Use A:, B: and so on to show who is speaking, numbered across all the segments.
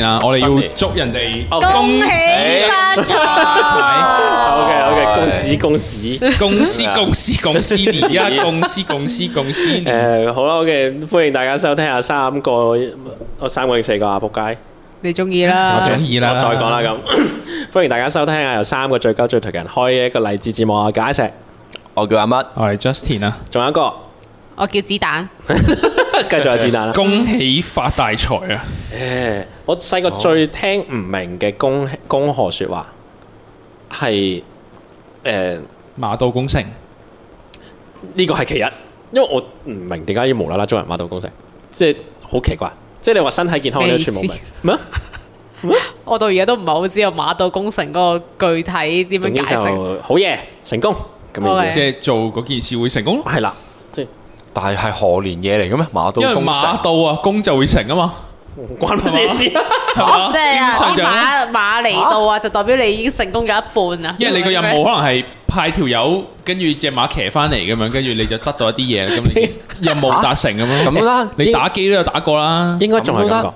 A: 啦，我哋要
B: 新年
A: 祝人哋
B: 恭
A: 恭
C: 喜發財！
D: OK OK，恭喜恭喜！
A: 公 司公司公司年一公司公司公司
D: 誒、好啦，OK，歡迎大家收聽下三個，我三個定四個啊，仆街！
C: 你中意啦
A: 我，中意啦，
D: 我再講啦。咁， 歡迎大家收聽下由三個最高最頹嘅人開嘅一個勵志節目啊，解石，
B: 我叫阿乜，
A: 我係 Justin 啊，
D: 仲有一個，
C: 我叫子彈，
D: 繼續有子彈 啦。
A: 恭喜發大財啊！
D: 誒、我細個最聽唔明嘅公公何説話係誒
A: 馬到功成，
D: 呢個係其一，因為我唔明點解要無啦啦中人馬到功成，即係好奇怪。即係你話身體健康，我都全部明
C: 咩意
D: 咩啊？
C: 我到而家都唔係好知道馬到功成嗰個具體點
D: 總
C: 樣
D: 之
C: 解釋。
D: 就好嘢，成功咁嘅意
C: OK
D: 思
A: 即係做嗰件事會成功咯。
D: 係啦，即係
B: 但係係何年嘢嚟嘅咩？馬到
A: 因為
B: 功
A: 馬
B: 成，
A: 到啊，功就會成啊嘛，
D: 唔關乜 事事啊！
A: 係嘛？
C: 即係啊
A: 基本上
C: 啲
A: 就係
C: 馬馬嚟到啊，就代表你已經成功咗一半啦。
A: 因為你個任務可能係派條友，跟住只馬騎翻嚟咁樣，跟住你就得到一啲嘢， 咁你任務達成咁樣。
B: 咁啦
A: 你打機都有打過啦，
D: 應該仲係
B: 咁都
D: 咁
B: 得
D: 講。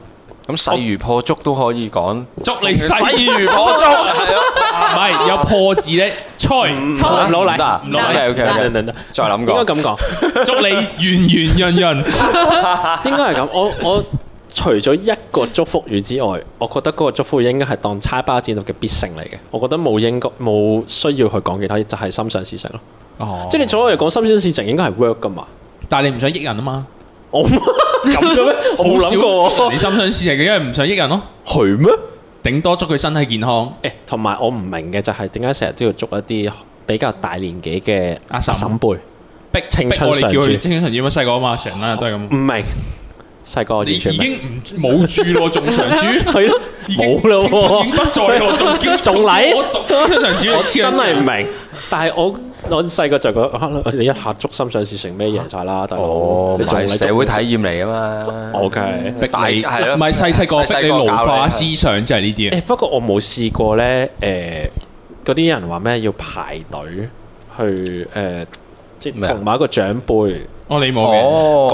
B: 咁勢如破竹都可以講。
A: 祝你世
B: 勢
A: 哦
B: 如破竹，係啊，
A: 唔係有破字 咧，猜
D: 唔努力
B: 唔得啊，
A: 唔努力
B: OK OK
D: 等
B: OK，
D: 等等，
B: 再諗
D: 應
B: 過
D: 該咁 講，
A: 祝你圓圓潤潤。
D: 應該係咁。我我除咗一個祝福語之外，我覺得嗰個祝福語應該係當猜包戰略嘅必勝嚟嘅。我覺得冇應該冇需要去講其他嘢，就係心想事成咯。
A: 哦，
D: 即係你所謂講心想事成，應該係 work 噶嘛。
A: 但係你唔想益人啊嘛，
D: 我 咁嘅咩？我冇諗過
A: 好少
D: 喎
A: 你心想事成嘅，因為唔想益人咯，
D: 係咩？
A: 頂多祝佢身體健康。
D: 誒，同埋我唔明嘅就係點解成日都要捉一啲比較大年紀嘅
A: 阿嬸
D: 輩，
A: 逼
D: 青
A: 逼
D: 春
A: 我哋
D: 常
A: 叫佢
D: 駐
A: 青春常駐，乜細個啊嘛，成日都係
D: 唔
A: 咁。
D: 明細個完
A: 你已
D: 全唔明，
A: 經唔冇住咯，仲常駐。
D: 係咯，
A: 已經
D: 冇啦
A: 青春已經，
D: 喎
A: 不在咯，仲叫
D: 仲嚟
A: 我讀青春常駐，你
D: 我
A: 黐
D: 真
A: 緊線
D: 係唔明。但係我我細個就覺得，啊你一下捉心想事成咩贏晒啦，大佬
B: 哦，，唔
D: 你仲
B: 係
D: 嚟
B: 社會體驗嚟啊嘛。
D: O K。
A: 逼
B: 大
A: 你
B: 係咯
A: 唔係細細個
B: 細細
A: 逼你
B: 個
A: 奴
B: 教
A: 化
B: 你
A: 思想，即係呢啲啊。
D: 誒，不過我冇試過咧，誒嗰啲人話咩要排隊去誒，即係
B: 咩啊
D: 同某一個長輩
A: 我你冇嘅，
D: 講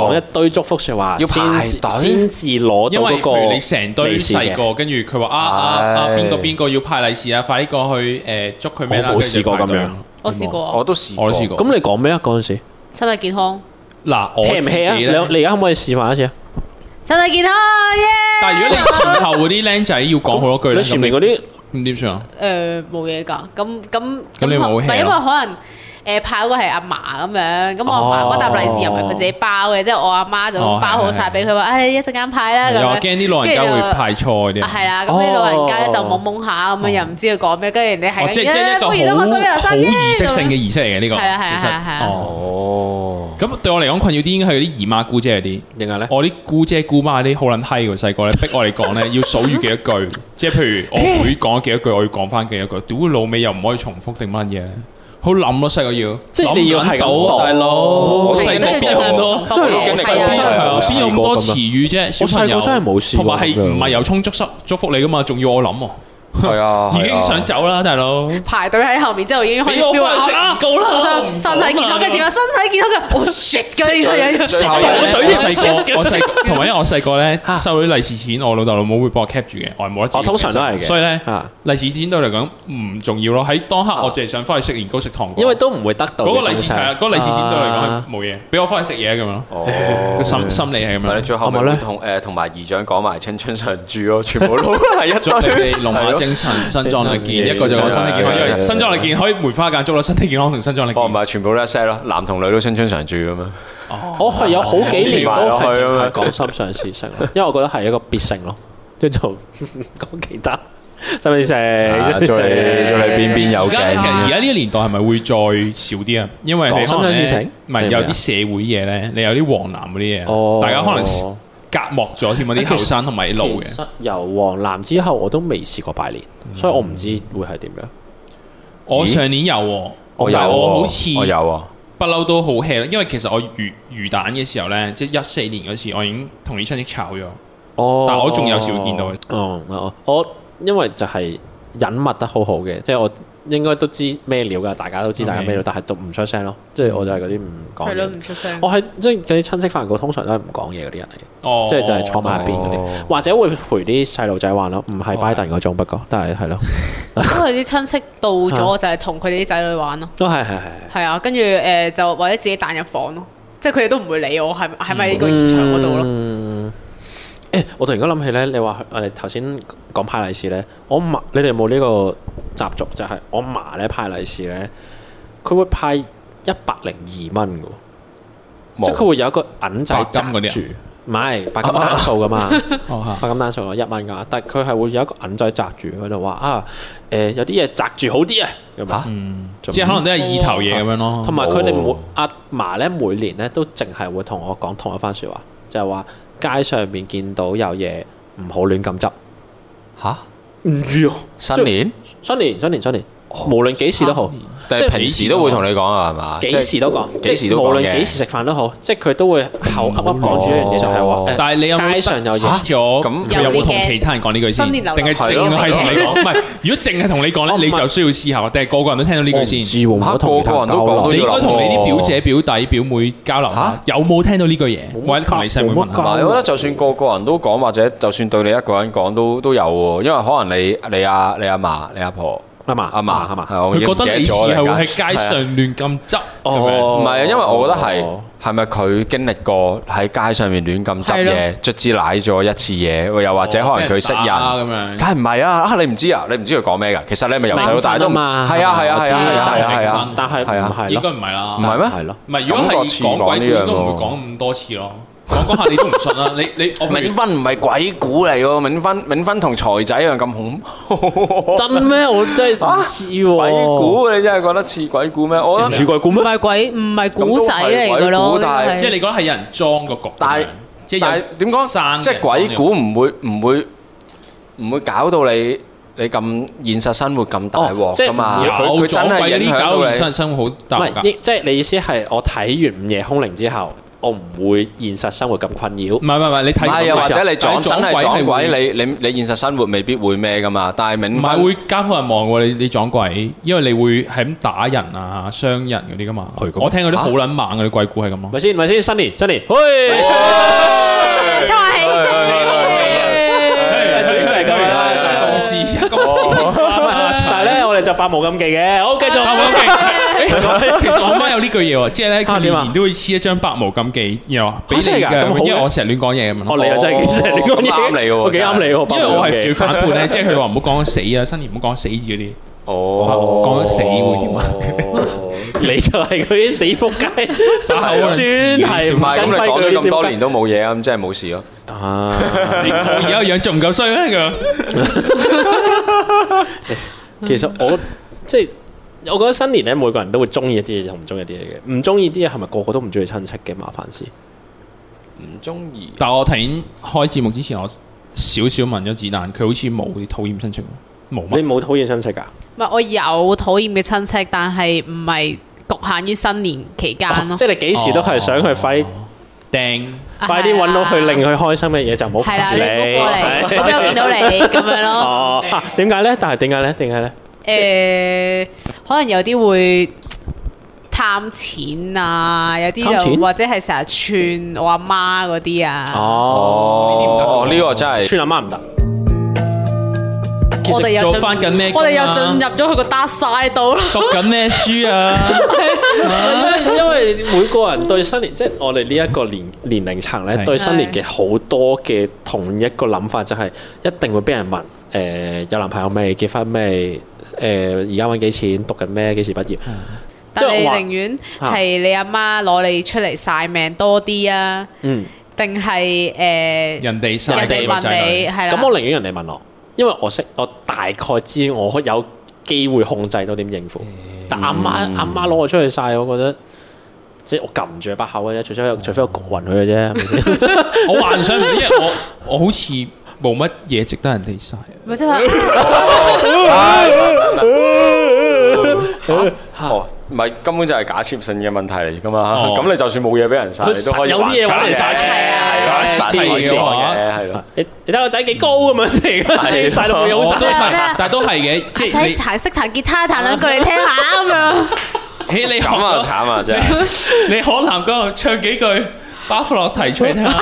B: 哦
D: 一，堆祝福説話，
B: 要
D: 先
B: 排
D: 至
B: 隊
D: 先至攞
A: 因
D: 到
A: 為譬
D: 嗰
A: 如
D: 個
A: 你成堆
D: 利是嘅
A: 細個，跟住佢話啊啊啊
B: 唉
A: 邊個邊個要派利是啊，快啲過去誒祝佢咩啦。
D: 我冇試過
A: 跟住就
D: 咁樣
A: 排隊
C: 我試過啊
B: 我，都試過，
A: 我都試過。
D: 咁你講咩啊？嗰陣時
C: 身體健康，
A: 嗱，我
D: 聽唔
A: 自己
D: 聽啊？
A: 呢
D: 你你而家可唔可以示範一次啊？
C: 身體健康耶！
A: 但係如果你前後嗰啲僆仔要講好多句咧，
D: 你
A: 咁
D: 前
A: 你
D: 面嗰啲
A: 咁點算啊？
C: 誒冇嘢㗎，咁咁
A: 咁你咪好 hea
C: 唔係因為
A: 咯
C: 可能誒派嗰個係阿嫲咁樣，咁我阿嫲
D: 哦
C: 嗰沓利是又唔係佢自己包嘅，即係我阿媽就
A: 哦
C: 包好晒俾佢話，唉一陣間派啦咁
A: 又話
C: 樣。
A: 驚啲老人家
C: 跟住就
A: 會派錯啲啊。
C: 啊，係啦，咁啲老人家咧
D: 哦
C: 就懵懵下咁樣，又唔知佢講咩，跟住你
A: 哦
C: 係啊
A: 即係即係一個
C: 不如都開心一
A: 好
C: 兩
A: 好
C: 三
A: 儀式性嘅儀式嚟嘅呢個，
C: 係啊係啊
A: 其
C: 係啊係啊
A: 實哦。
B: 哦，
A: 咁對我嚟講困擾啲應該係啲姨媽姑姐嗰啲。
D: 點解咧？
A: 我啲姑姐姑媽啲好撚閪喎，細個咧逼我哋講咧，要數語幾多 句，即係譬如我妹講咗幾多句，我要講翻幾多句，屌老味又唔可以重複定乜嘢咧，好諗咯細個要，
D: 即係你要係咁
A: 諗唔
D: 度
A: 到大佬，我細個
C: 跟住就
A: 邊
C: 係
A: 咁多，
C: 重複
B: 經歷
C: 嘅係
B: 過
C: 啊
B: 真
C: 係
B: 係
C: 啊
B: 啊
A: 邊有咁多詞語啫？小朋友
D: 我細個真係冇試
A: 同
D: 過
A: 埋
D: 咁樣
A: 係唔係由衷祝濕祝福你噶嘛？仲要我諗喎，
B: 係啊，
A: 已經想走啦，大佬，
C: 排隊喺後面之後已經開始
A: 俾我
C: 飆
A: 翻去食
C: 啦，
A: 唔夠啦，我唔
C: 身身體健康嘅時候，身體健康嘅，我 shit 嘅呢個
D: 啊
C: 人，
B: 最後
A: 我
B: 一
A: 嘴
B: 最
A: 啲
B: 後
A: 細個，我細個同埋因為我細個咧收啲利是錢，我老豆老母會幫我 cap 住嘅，我係冇得自己
D: 我通常都係嘅
A: cap 所以咧
D: 啊
A: 利是錢對我嚟講唔重要咯。喺當刻我淨係想翻去食年糕食糖果，
D: 因為都唔會得到
A: 嗰個
D: 嘅
A: 利是
D: 東西
A: 係啊，嗰個利是錢對我嚟講係
D: 啊
A: 冇嘢，俾我翻去食嘢咁樣咯。
B: 哦
A: 個心心理係咁
B: 唔係
A: 樣
B: 你。最後
D: 係咪
B: 咪
D: 咧
B: 同誒同埋姨丈講埋青春常駐咯，全 部都係一
A: 祝
B: 堆
A: 你哋龍馬精神，身壯力健。一個就講身體健康，因為身壯力健可以梅花間竹啦，身體健康同身壯力
B: 啊哦，唔
A: 健。
B: 係全部都一 set 咯，男同女都青春常駐咁樣。
D: 我係有好幾年都
B: 埋落
D: 係
B: 去
D: 淨
B: 啊嘛
D: 係講心想事成咯，因為我覺得係一個必勝咯，即係就講其他心想
B: 啊
D: 事
B: 祝
D: 成。
B: 你祝你邊邊有
A: 而家
B: 鏡
A: 其實而
B: 嘅。
A: 家呢個年代係咪會再少啲啊？因為你可能
D: 講心想事
A: 咧
D: 成，
A: 唔係有啲社會嘢咧，你有啲黃藍嗰啲嘢，
D: 啊哦，
A: 大家可能隔膜咗添啊！啲後生同埋老嘅
D: 其，實由黃藍之後，我都未試過拜年，所以我唔知會係點樣。
A: 我上年有喎，
B: 我有
A: 但
B: 喎，
A: 我好似
B: 我有啊，
A: 不嬲都好 hea 咯，因為其實我魚魚蛋嘅時候咧，即係一四年嗰時，我已經同啲親戚炒咗，
D: 哦
A: 但我仲有時會見到嘅
D: 哦，哦我因為就係隱密得好好嘅，即係我應該都知咩料㗎，大家都知
A: OK
D: 大家咩料，但係都唔出聲咯。即係我就係嗰啲唔講
C: 係咯，
D: 嘢。
C: 唔出聲。
D: 我係即係嗰啲親戚飯局，通常都係唔講嘢嗰啲人嚟
A: 哦
D: 嘅，即係就係坐埋一邊嗰啲，或者會陪啲細路仔玩咯，唔
A: 哦
D: 係拜登嗰種，不過但係係 咯，
C: 因為啲親戚到咗，
D: 啊
C: 我就係同佢哋啲仔女玩咯。
D: 哦都係係係係
C: 係啊，跟住誒就或者自己彈入房咯，即係佢哋都唔會理我係係咪呢個現場嗰度咯。
D: 嗯誒，我突然間諗起咧，你話我哋頭先講派利是咧，我嫲你哋有冇呢個習俗？就係、我嫲咧派利是咧，佢會派一百零二蚊嘅喎。即係佢
B: 冇
D: 會有一個銀仔
A: 白金嗰啲啊
D: 擲住，唔係白金單數噶嘛，
A: 哦嚇
D: 白金單數啊一蚊噶，但係佢係會有一個銀仔擲住，佢就話啊誒有啲嘢擲住好啲啊咁
B: 嚇
D: 啊，
A: 嗯，
D: 就
A: 即係可能都係意頭嘢咁樣咯。
D: 同埋佢哋每
B: 哦
D: 阿嫲咧每年咧都淨係會同我講同一番説話，就係話街上面見到有嘢唔好亂咁執，
B: 嚇
D: 唔知啊，
B: 新年
D: 新年新年新年，無論幾時都好。
B: 但
D: 即
B: 係
D: 係
B: 平時都會同你講啊，係嘛？
D: 幾時都講，
B: 幾時都講
D: 無
B: 嘅嗯
D: 論幾時食飯都好，即係佢都會口噏噏講住一樣嘢，就係話誒
A: 但係你有冇
D: 街上有嘢
A: 得咗？
B: 哦嚇咁
A: 佢有
C: 有
A: 冇
C: 啲
A: 同
C: 嘅
A: 其他人講呢句先？
C: 新
A: 定
C: 年流
A: 係
C: 流
A: 淨
B: 係咯
A: 係同
B: 係
A: 你講？唔係，如果淨係同你講
D: 哦唔
A: 咧，你
D: 係
A: 就需要思考。定係個個人都聽到呢句先？
D: 住
B: 唔好同其他人交流
A: 你應該同你啲表姐、表弟、表妹交流下
B: 嚇，
A: 有冇聽到呢句嘢？
D: 冇
A: 或者同你細妹問
D: 冇
A: 下
D: 乜。
B: 哦唔係，我覺得就算個個人都講，或者就算對你一個人講都都有喎，因為可能你你阿你阿嫲、你阿婆、
D: 阿嫲
B: 阿嫲
D: 阿嫲
B: 係啊我已
A: 佢
B: 經
A: 覺
B: 唔記
A: 得你似
B: 咗
A: 係
B: 啦
A: 會喺
B: 而
A: 街
B: 家
A: 上
B: 係啊
A: 亂咁執，
D: 哦
B: 唔係啊，因為我覺得係
D: 哦
B: 係咪佢經歷過喺街上面亂咁執
C: 係咯
B: 嘢，卒之奶咗一次嘢，又
A: 哦
B: 或者可能佢識人。
A: 咁樣。
B: 梗係唔係啊！啊，你唔知啊，你唔知佢講咩㗎？其實你係咪由細到大都唔
D: 明分啊嘛
B: 係啊係啊係啊係啊係啊係
A: 我
B: 啊
A: 知！
D: 但係
B: 係
D: 唔
B: 啊
D: 係
A: 應
D: 咯
A: 該，唔係啦，
B: 唔係咩
D: 係咯，
A: 唔係，如果
B: 感覺
A: 係
B: 似
A: 講鬼故，
B: 講呢樣
A: 應該唔會
B: 喎
A: 講咁多次咯。講講下你都唔信啦，你你我
B: 冥婚唔係鬼故嚟喎，冥婚冥婚同財仔一樣咁恐怖。
D: 真咩？我真係唔知喎。
B: 鬼故啊你真係覺得似鬼故咩？我覺得
D: 鬼故
C: 唔？係鬼，唔係古仔嚟嘅
B: 咁都係鬼故
C: 咯，
B: 但係
A: 即係你覺得係有人裝個局咁樣，
B: 但係
A: 即係
B: 但係
A: 有
B: 點講？
A: 生
B: 即係
A: 嘅
B: 鬼故唔會唔會唔會搞到你你咁現實生活咁大
D: 哦
B: 鑊
D: 即係
B: 㗎嘛？
A: 有
B: 佢佢真
A: 撞
B: 係
A: 鬼
B: 影
A: 呢
B: 響
A: 搞
B: 到
A: 現
B: 你
A: 實。生活好
D: 唔
A: 大
D: 係，
A: 㗎。
D: 即即係你意思係我睇完《午夜凶鈴》之後，我唔會現實生活咁困擾
A: 唔。係唔係唔係，你
B: 唔
A: 睇
B: 係啊，或者你撞真係撞
A: 你
B: 鬼，你你你現實生活未必會咩㗎嘛？但係
A: 唔
B: 冥
A: 係
B: 婚
A: 會家破人亡喎，你你撞鬼，因為你會係咁打人啊、傷人嗰啲噶嘛。
D: 係咁
A: 我聽嗰啲好撚猛嗰啲鬼故係咁咯。
D: 咪先，咪先，新年，新年，喂，
C: 初起先。
D: 總之就係咁樣啦。係係
A: 公司公司，
D: 啊但係咧，我哋就百無禁忌嘅。好，繼續。
A: 啊我 明其實我媽有呢句嘢喎，即係咧佢
D: 啊點
A: 年
D: 啊
A: 年都會黐一張百無禁忌，然後俾你
D: 啊真係㗎咁好
A: 嘅，
D: 嘅
A: 因為我成日亂講嘢咁樣
D: 哦，
A: 咯。
D: 你又真係幾成呢個
B: 哦咁啱你喎
D: 我幾啱你喎，
A: 因為
D: 百無
A: 我係
D: 禁忌
A: 最反叛咧，即係佢話唔好講死啊，新年唔好講死字嗰啲。
B: 哦，
A: 講死會點啊
D: 哦你就係嗰啲死仆 街，
A: 打口啊
D: 專係
B: 唔係咁，
D: 跟
B: 你講
D: 規
B: 咗
D: 矩
B: 咁多年都冇嘢啊，咁真係冇事咯。
D: 啊！
A: 我而家個樣仲唔夠衰咧？咁
D: 其實我即係我覺得新年咧，每個人都會中意一啲嘢同唔中意一啲嘢嘅。唔中意啲嘢係咪個個都唔中意親戚嘅麻煩事？
B: 唔中意
A: 但我頭先開節目之前，我少少問咗子彈，佢好似冇啲討厭親戚喎，冇
D: 你
A: 乜。
D: 冇討厭親戚㗎？
C: 唔係我有討厭嘅親戚，但係唔係局限於新年期間咯。
D: 啊即係你幾時都係想佢
C: 哦
D: 快
A: 掟。
D: 快啲揾到佢令佢開心嘅嘢，就唔好
C: 係
D: 煩
C: 啦，
D: 住
C: 你撥過嚟，我邊有見到你咁樣咯？
D: 哦，啊點解咧？但係點解咧？點解咧？
C: 誒，可能有啲會貪錢啊，有
D: 貪
C: 啲
D: 錢
C: 就或者係成日串我阿媽嗰啲啊。
D: 哦，
B: 哦，呢個真係
D: 串阿媽唔得。
C: 我哋又
A: 做翻緊咩工啊
C: 我哋又進入咗佢個 dark side 度啦。
A: 讀緊咩書啊？
D: 因為每個人對新年，即係我哋呢一個年年齡層咧，
A: 係
D: 對新年嘅好多嘅同一個諗法，就係一定會俾人問：誒、呃有男朋友未？結婚未？誒而家揾幾錢？讀緊咩？幾時畢業？
C: 但
D: 即係
C: 你
D: 我話
C: 寧願係你阿媽攞你出嚟晒命多啲啊，
D: 嗯，
C: 定係誒人
A: 人哋生
C: 哋問你係啦
D: 咁？我寧願人哋問我，因為我識我大概知我有機會控制到點應付。
A: 嗯
D: 但阿媽阿媽攞我出去晒，我覺得即係我撳唔住佢把口嘅啫，除
A: 哦
D: 非除非我焗暈佢嘅啫係咪先。
A: 我幻想唔到，因為我我好似冇乜嘢值得人哋晒。
C: 咪即係話
B: 哦，唔係根本就係假設性嘅問題嚟噶嘛。
A: 哦
B: 咁你就算冇嘢俾人殺，
E: 佢
B: 你都可
E: 實
B: 以
E: 有啲嘢
B: 玩
E: 搵嚟殺
B: 嘅
E: 嘅
B: 係啊
A: 假設
B: 實有啲嘢玩
A: 嘅
B: 嘅係咯。
D: 你你睇我仔幾高咁樣嚟㗎，細路妹好
A: 我都
D: 細。
A: 係但係都係嘅， 即係
C: 仔
A: 你
C: 啊彈識彈吉他，彈兩句嚟聽下 咁樣。
A: 咦你學
B: 咁啊
A: 咗
B: 慘啊真 係，
A: 你可南嗰度唱幾句巴夫洛提出嚟聽下。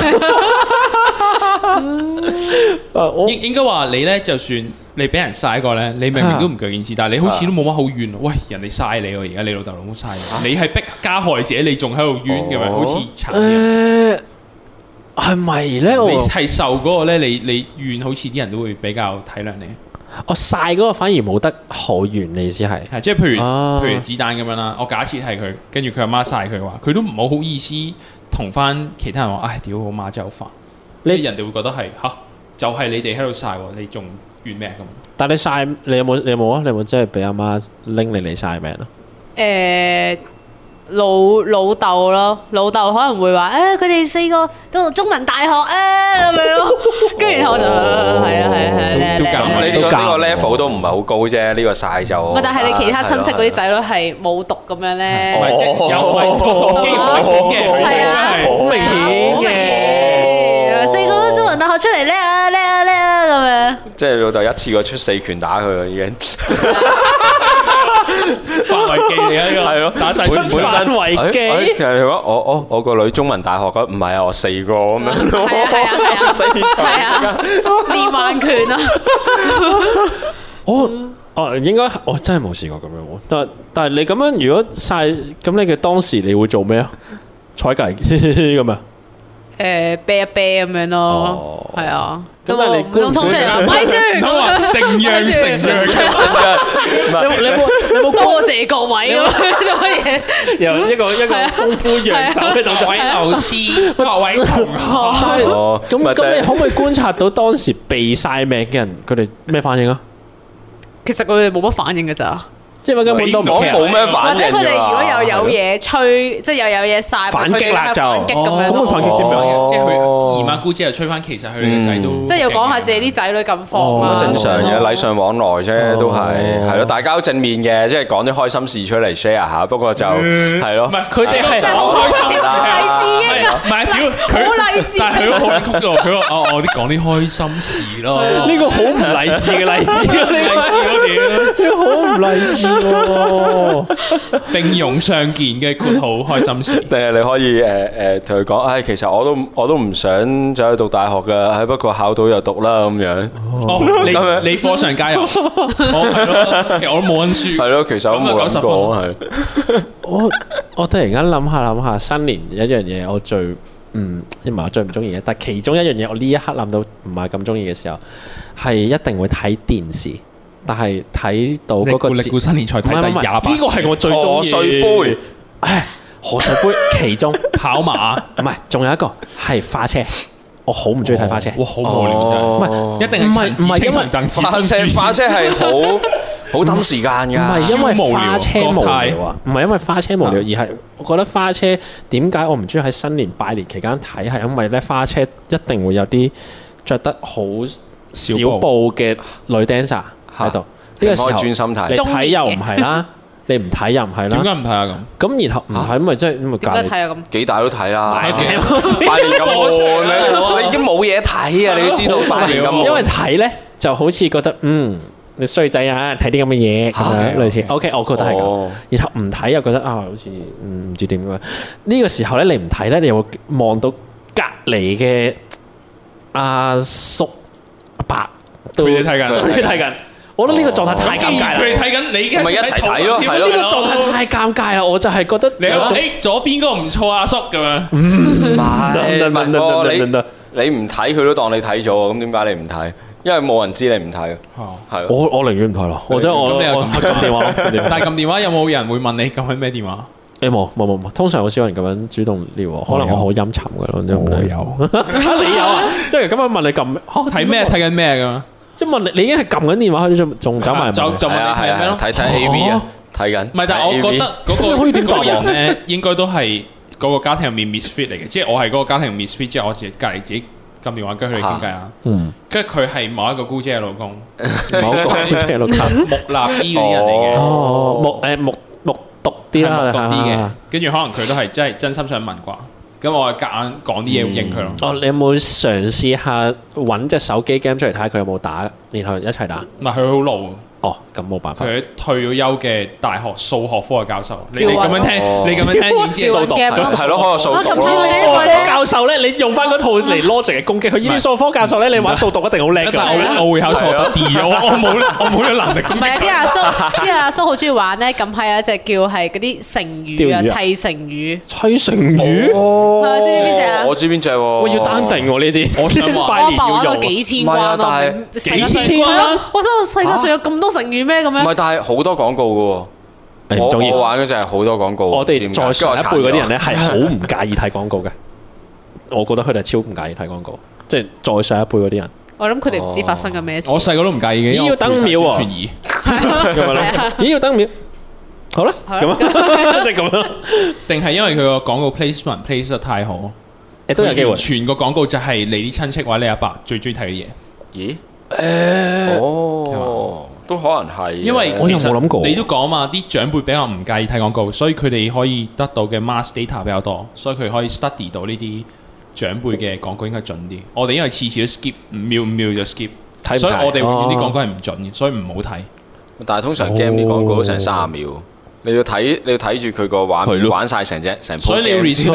D: 啊我
A: 應應該話你咧，就算你俾人曬過咧，你明明都唔強件事，但係你好似都冇乜好怨。喂，人哋曬你喎，而家你老豆老母曬你，你係逼加害者，你仲喺度冤嘅咪？
B: 哦
A: 好似慘
D: 哎
A: 啲。
D: 誒係咪咧？我
A: 你係受嗰個咧，你你怨好似啲人都會比較體諒你。
D: 我曬嗰個反而冇得可怨，你意思係？
A: 係即係譬如
D: 啊
A: 譬如子彈咁樣啦，我假設係佢，跟住佢阿媽曬佢話，佢都唔好好意思同翻其他人話，唉，屌我媽真係好煩。
D: 你
A: 你人哋會覺得係吓，就係你哋喺度曬喎，你仲怨咩啊咁？
D: 但你晒，你有冇你有冇啊？你有冇真係俾阿媽拎你嚟晒命啊？
C: 誒老老豆咯，老豆可能會話誒佢哋四個都讀中文大學啊咁 樣咯，跟住然後我就係啊係啊係啊，
A: 都都夾埋
B: 咁
A: 你
B: 呢個
D: 都夾
B: 呢個 level 都唔係好高啫，呢個晒就。
C: 唔係但係你其他親戚嗰啲仔女係冇讀咁樣
B: 哦
A: 唔係，啊
C: 咧
A: 即係有係基本嘅，
C: 係啊，
A: 係
D: 好明顯
C: 好明
D: 嘅
C: 顯，四個都中文大學出嚟叻啊叻啊叻啊
B: 即係老豆一次過出四拳打佢啦已經。
A: 範圍記嚟啊呢個，
B: 係咯，
A: 打晒
B: 本
A: 春
B: 本身
D: 範圍機
B: 哎哎就係話我我我個女中文大學嗰唔係啊，我四個咁樣咯，
C: 係啊係啊係 啊
B: 四個
C: 咁樣，係啊， 連環拳啊！
D: 我哦，應該我真係冇試過咁樣喎。但但係你咁樣如果晒，咁你嘅當時你會做咩啊？坐喺隔離 咁啊？
C: 誒呃啤一啤咁樣
D: 哦
C: 咯，係啊，
D: 咁
C: 咁
D: 但係
C: 我
D: 你
C: 唔用衝出 嚟啦，咪住
A: 唔
C: 咁
A: 好話
C: 樣，
A: 成樣成樣，
B: 唔係
D: 你 有冇你有冇
C: 多謝各位咁樣做乜嘢？
D: 由一個一個功夫揚手喺度
A: 各位老師，各位同學，
D: 但係
B: 哦
D: 咁
B: 咪
D: 咁，
B: 第
D: 你可唔可以觀察到當時被晒命嘅人佢哋咩反應啊？
C: 其實佢哋冇乜反應㗎咋，
D: 即係根本都唔
B: 我
D: care
B: 冇咩
C: 或
B: 反
C: 者
B: 應㗎
C: 佢哋如果又有嘢吹，即係又有嘢晒，
D: 啊反擊啦就
C: 佢哋係反擊咁樣
D: 咁佢反
C: 咯，
D: 擊點樣
B: 哦嗯
A: 即係佢姨媽姑姐又吹翻，其實佢哋嘅仔都
C: 即係要講下自己啲仔女咁放啊
D: 哦
C: 啦，
B: 正常嘅禮尚往來啫，都係係咯，大家都正面嘅，即係講啲開心事出嚟 share 下。不過就係咯，
A: 唔係佢哋係
B: 就
A: 真係好開心事
B: 啦
C: 勵志鷹啊
A: 唔係屌佢，但係佢都好曲喎，佢話哦我啲講啲開心事咯，
D: 呢個好唔理智嘅 例子啊！呢
A: 勵志
D: 個好唔理智喎。
A: 嗰啲並用相見嘅括號開心事。
B: 定係你可以誒誒同佢講，唉，其實我都我都唔想走去讀大學㗎，唉不過考到就讀啦咁樣。
A: 哦，你你火上加油，我哦係咯，其實我都冇温書，
B: 係咯，其實
A: 咁
B: 我
A: 啊
B: 冇
A: 90
B: 諗
A: 分
B: 過係。
D: 我我突然間諗下諗下，新年有一樣嘢我最嗯唔係我最唔中意嘅，但其中一樣嘢我呢一刻諗到唔係咁中意嘅時候，係一定會睇電視，但係睇到嗰個
A: 力
D: 節
A: 顧新年賽睇第
D: 唔係唔係
A: 廿八，
D: 呢個係我最中意。
B: 賀歲杯，
D: 唉，賀歲杯其中唔
A: 跑馬，
D: 係，仲有一個係花車，我好唔中意睇花車。哦
A: 哇，好無聊真係。
D: 唔
A: 一定係陳
D: 唔係唔
A: 志
D: 係
A: 清
D: 因為
A: 同鄧志
B: 花車花車係好好抌時間㗎，
D: 唔係因啊為
A: 啊超無聊
D: 花車無
A: 國
D: 聊
A: 泰
D: 啊，唔係因為花車無聊，
A: 啊
D: 而係我覺得花車點解我唔中意喺新年拜年期間睇，係因為咧花車一定會有啲着得好
A: 小
D: 小
A: 布
D: 布嘅女 dancer 喺度，呢個時
B: 唔
D: 候
B: 可以專心睇
D: 你睇又唔係啦，你唔睇又唔
A: 點
D: 係
A: 解
D: 啦，
A: 唔睇啊咁？
D: 咁然後唔睇咪真係咁咪
C: 點
D: 隔
C: 解
D: 離
C: 睇啊咁？
B: 幾大都睇啦。
A: 買
B: 拜
A: 嘅
B: 年 咁悶咧，你已經冇嘢睇啊！你都知道拜年咁悶，
D: 因為睇咧就好似覺得嗯你衰仔啊，睇啲咁嘅嘢咁樣
A: 嚇啊
D: 類似。OK，我覺得係咁
B: 哦。
D: 然後唔睇又覺得啊，好似嗯唔知點咁樣。呢個時候咧，你唔睇咧，你又會望到隔離嘅阿叔阿伯都
A: 佢哋 睇緊哦
D: 都佢哋睇緊。我覺得呢個狀態太尷尬啦。
A: 佢哋睇緊你嘅，
B: 咪一齊睇咯係
D: 呢
B: 咯
D: 個狀態太尷尬啦，我就係覺得
A: 你話誒左邊嗰個唔錯啊，阿叔咁樣，
B: 唔係
D: 唔
B: 唔
D: 得唔
B: 係
D: 得唔
B: 哦
D: 得唔
B: 你
D: 得
B: 你唔睇佢都當你睇咗喎，咁點解你唔睇？因為冇人知你唔睇，啊
A: 哦
B: 係咯。
D: 我我寧願唔睇咯，我真係我
A: 咁你又
D: 我
A: 咁
D: 我撳 電話咯撳電話
A: 但係撳電話有冇人會問你撳緊咩電話？
D: 誒冇冇冇冇，通常好少人咁樣主動撩我，可能我好陰沉嘅咯，真係唔理。 你有啊？即係咁樣問你撳嚇
A: 睇咩？？睇緊咩咁樣？
D: 即係問你，你已經係撳緊電話，佢仲仲走埋嚟問
A: 就
D: 你
A: 就
B: 係啊
A: 問你睇緊咩咯，？
B: 係啊睇睇 A V 啊，睇緊。
A: 唔係，但係我覺得嗰
D: 你
A: 個
D: 可以點答啊
A: 嗰
D: 我
A: 個人咧，應該都係嗰個家庭入面 misfit 嚟嘅，即係我係嗰個家庭 misfit，即係我自己隔離自己撳電話跟佢哋傾偈啊。
D: 嗯，
A: 跟住佢係某一個姑姐嘅老 公，啊
D: 唔好講車路卡。
A: 木立啲嗰啲人嚟嘅，
D: 哦，目誒目目讀啲
A: 係
D: 啦，
A: 木獨啲
D: 係
A: 嘅
D: 係。
A: 跟住可能佢都係真係真心想問啩，咁我係夾硬講啲嘢應佢咯。
D: 哦，你有冇嘗試下揾隻手機 game 出嚟睇下佢有冇打，然後一齊打？
A: 唔係佢好老，啊
D: 哦，咁冇辦法。
A: 佢退咗休嘅大學數學科嘅教授。你
C: 趙
A: 你
C: 雲
A: 咁樣聽，
B: 哦
A: 你咁樣聽已 經知
C: 趙雲
A: 道
C: gap 咯
B: 係咯，可能哦數
C: 啊
B: 獨
C: 咁
B: 咯。
C: 睇佢
D: 數學科教授咧，你用翻嗰套嚟 logic 嚟攻擊佢。呢啲數學科教授咧，你玩數獨一定好叻㗎。
A: 但係我我會考數學 得 D 我我冇我冇呢個能力
C: 唔係啊！啲阿叔，啲阿叔好中意玩咧。近排有一隻叫係嗰啲成語啊，
D: 釣魚啊
C: 砌成語。
D: 崔成宇，
B: 哦
C: 知唔知邊隻啊
B: 我知邊隻喎。
D: 我要單定啊 喎呢啲，我
A: 想玩
C: 我
D: 拜
C: 阿爸玩
D: 年要
C: 到
D: 用。
C: 幾千
B: 唔係啊
C: 關咯，
B: 但
C: 成個
D: 幾
C: 世
D: 千
C: 界
D: 關
C: 我真係世界上有咁多成語咩？咁
B: 唔係，
C: 樣
B: 但係好多廣告嘅
D: 誒
B: 喎。
D: 唔
B: 我
D: 中意
B: 我玩嗰陣係好多廣告。
D: 我
B: 唔
D: 哋
B: 知
D: 再
B: 點解
D: 上一輩嗰啲人，
B: 跟
D: 咧
B: 住
D: 係好唔介意睇廣告嘅，我覺得佢哋係超唔介意睇廣告，即係再上一輩嗰啲人。
C: 我諗佢哋唔知發生緊咩事。
A: 哦我細個都唔介意嘅，因為
D: 要等秒啊喎
A: 全疑
D: 咁咪咯？咦，要燈秒，好啦，
C: 啊好啦
D: 咁啊， 即係咁啦。
A: 定係因為佢個廣告 placement place 得太好，
D: 誒，都有機會
A: 佢。全個廣告就係你啲親戚或者你阿爸最中意睇嘅嘢，
B: 我咦？哦，都可能係嘅。
A: 因為
D: 我又冇
A: 其實
D: 諗過
A: 你都講嘛，啲長輩比較唔介意睇廣告，所以佢哋可以得到嘅 mass data 比較多，所以佢可以 study 到呢啲長輩嘅廣告應該準啲。我哋因為次次都 skip 五秒五秒就 skip，
D: 睇唔睇哦
A: 所以我哋永遠啲廣告係唔準嘅，所以唔好睇。
B: 但係通常 game 啲廣告都成三秒，你要睇你要睇住佢個玩
D: 係咯
B: 玩晒成隻成
A: 所以
B: 鋪
A: 你要
B: game 先。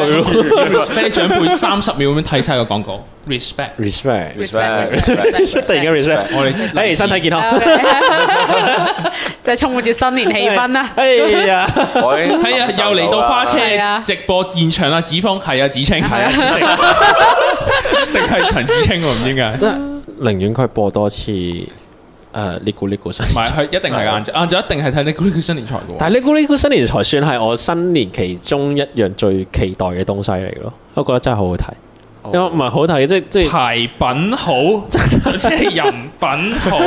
A: respect 長輩三十秒咁樣睇晒個廣告，respect。
D: respect，
B: respect，
D: 即係而家 respect。
A: 我 哋
D: 誒，身體健康。
C: OK 就係充滿住新年氣氛啦。
D: 哎呀，
B: 我已經
A: 係啊，
B: 感受到
A: 又嚟到花車
B: 啦
C: 係啊
A: 直播現場啦，子峰係啊，子清係 啊，一定係陳子清喎，唔知點 解。
D: 真係寧願佢播多次誒呢股呢股新
A: 唔。係，佢一定係晏晝，晏晝一定係睇你嗰啲新年財嘅喎。
D: 啊但係呢股呢股新年才算係我新年其中一樣最期待嘅東西嚟咯，我覺得真係好好睇，
C: 哦
D: 因為唔係好睇，即係即係
A: 牌品好，就即係人品好，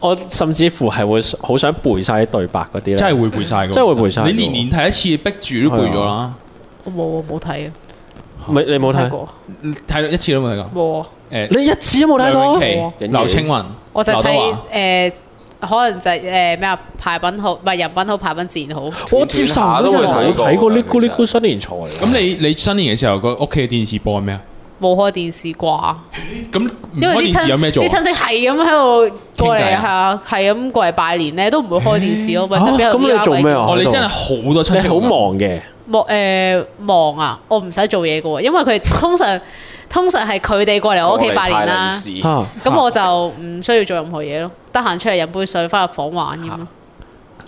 D: 我甚至乎係會好想背晒啲對白嗰啲咧，
A: 真係會背晒嘅喎。
D: 真係會背晒嘅喎
A: 你年年睇一次，逼住都背咗啦。
C: 我冇啊，冇睇啊，
D: 唔係你冇睇
C: 睇，過，
A: 睇到一次都冇睇過。
C: 冇啊。
A: 誒，
D: 你一次都冇睇
A: 梁
D: 過，
A: 詠琪、
B: 影
A: 劉青雲、
C: 我就
A: 劉德
C: 睇
A: 華。
C: 誒，可能就係誒咩啊，牌品好，唔係人品好，牌品自然好。
D: 我接受唔到真係冇睇過呢股呢股新年才。咁
A: 咁你你新年嘅時候個屋企嘅電視播緊咩啊？
C: 冇開電視啩？
A: 咁唔
C: 因
A: 開
C: 為
A: 電
C: 啲
A: 視
C: 親
A: 有咩做啊
C: 啲？親戚係咁喺度過
A: 傾偈
C: 嚟，
A: 啊
C: 係啊，係咁過嚟拜年咧，都唔會開電視咯。咪
D: 嚇
C: 就俾人
D: 咁你做咩啊
A: 哦，你真係好多親
D: 你
A: 戚，
D: 好。忙嘅，
C: 忙誒忙啊！我唔使做嘢嘅喎，因為佢哋通常通常係佢哋過嚟我屋企拜
B: 我嚟
C: 年啦，
B: 派利是。啊
D: 嚇
C: 咁我就唔需要做任何嘢咯，得閒出嚟飲杯水，翻入房玩咁咯。
D: 啊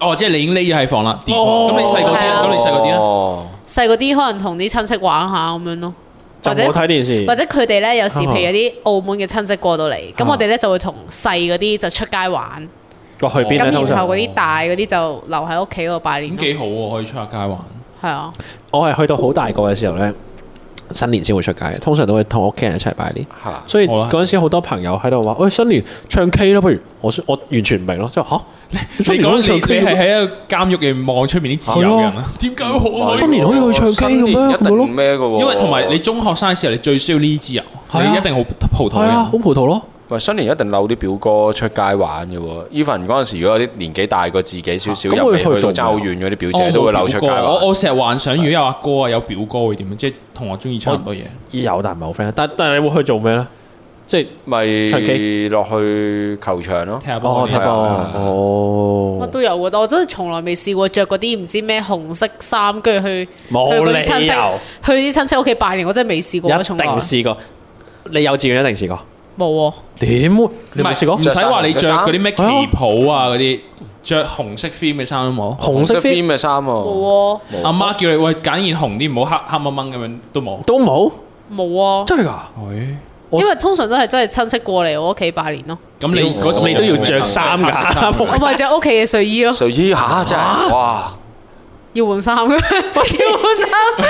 A: 哦，即係你已經匿咗喺房啦。咁你細個啲，
C: 係啊
A: 咁你細個啲咧？
B: 哦
C: 細嗰啲可能同啲親戚玩下咁樣咯，
D: 就
C: 或
D: 冇
C: 者
D: 睇電視
C: 或。者佢哋咧有時
D: 啊
C: 譬如有啲澳門嘅親戚過到嚟，咁
D: 啊
C: 我哋咧就會同細嗰啲就出街玩，
D: 我去邊啊
C: 咁
D: 咧？通
C: 然
D: 常
C: 後嗰啲大嗰啲就留喺屋企嗰度拜年
A: 咁
C: 咯。
A: 幾好喎，可以出下街玩。
C: 係啊，
D: 我係去到好大個嘅時候咧，新年先會出街嘅，通常都會同屋企人一齊拜年。
B: 哦，嚇。
D: 所以
A: 好啦
D: 嗰陣時好多朋友喺度話：，喂，新年唱 K 啦，不如我我完全唔明咯，即係吓，
A: 你
D: 新年
A: 講
D: 可
A: 你
D: 以唱
A: 你
D: K
A: 係
D: 嘅
A: 喺一個監獄嘅望出面啲自由人啊？點解好
D: 喎
A: 可以
D: 新？年可以去唱 K 咁樣
B: 新年一定
D: 咁咯
B: 咩嘅喎。
A: 因為同埋你中學生嘅時候，你最需要呢啲自由，
D: 係啊
A: 你一定好葡
D: 係
A: 萄
D: 啊，
A: 嘅。
D: 好葡萄咯，
B: 喂，新年一定扭啲表哥出街玩嘅喎。even嗰陣時，如果有啲年紀大過自己少少，
D: 咁
B: 又
D: 會
B: 未
D: 去
B: 去到
D: 做
B: 周遠嗰啲表姐，
A: 我冇
B: 都會扭出街
A: 表哥
B: 玩。
A: 我我成日幻想，如果有阿哥啊，有表哥會點樣？即係同我中意差唔多嘢。
D: 有但唔係好 friend。但啊但係你會去做咩咧？即係
B: 咪
D: 唱K。
B: 落去球場咯。
A: 踢下波
D: 哦，
A: 嗰
D: 踢
A: 啲
D: 波
A: 啊，
C: 乜
D: 哦，
C: 都有嘅，我真係從來未試過着嗰啲唔知咩紅色衫，跟住去
D: 冇
C: 去嗰啲
D: 理由
C: 親，去啲親戚屋企拜年，我真係未試過啊，
D: 一
C: 從來
D: 定試過。你幼稚園一定試過，
C: 冇喎。
D: 點會？你
A: 唔
D: 有冇
A: 係
D: 試過
A: 唔？使話你
B: 着
A: 着
B: 衫
A: 嗰啲咩旗
D: 係啊
A: 袍啊，嗰啲着紅色 theme 嘅衫都冇。
D: 紅色
B: 紅色
D: film
B: theme嘅衫喎。
C: 冇喎，
A: 阿媽叫你喂揀件紅啲，唔好黑黑掹掹咁樣都冇。
D: 都冇，
C: 冇啊，
D: 真係㗎？
A: 係。
D: 我
C: 因為通常都係真係親戚過嚟我屋企拜年 咯，
A: 咁你嗰時
D: 你都要着衫㗎
C: 我咪着屋企嘅睡衣咯，
B: 睡衣，嚇，真係，哇。
C: 要換衫嘅，要換衫。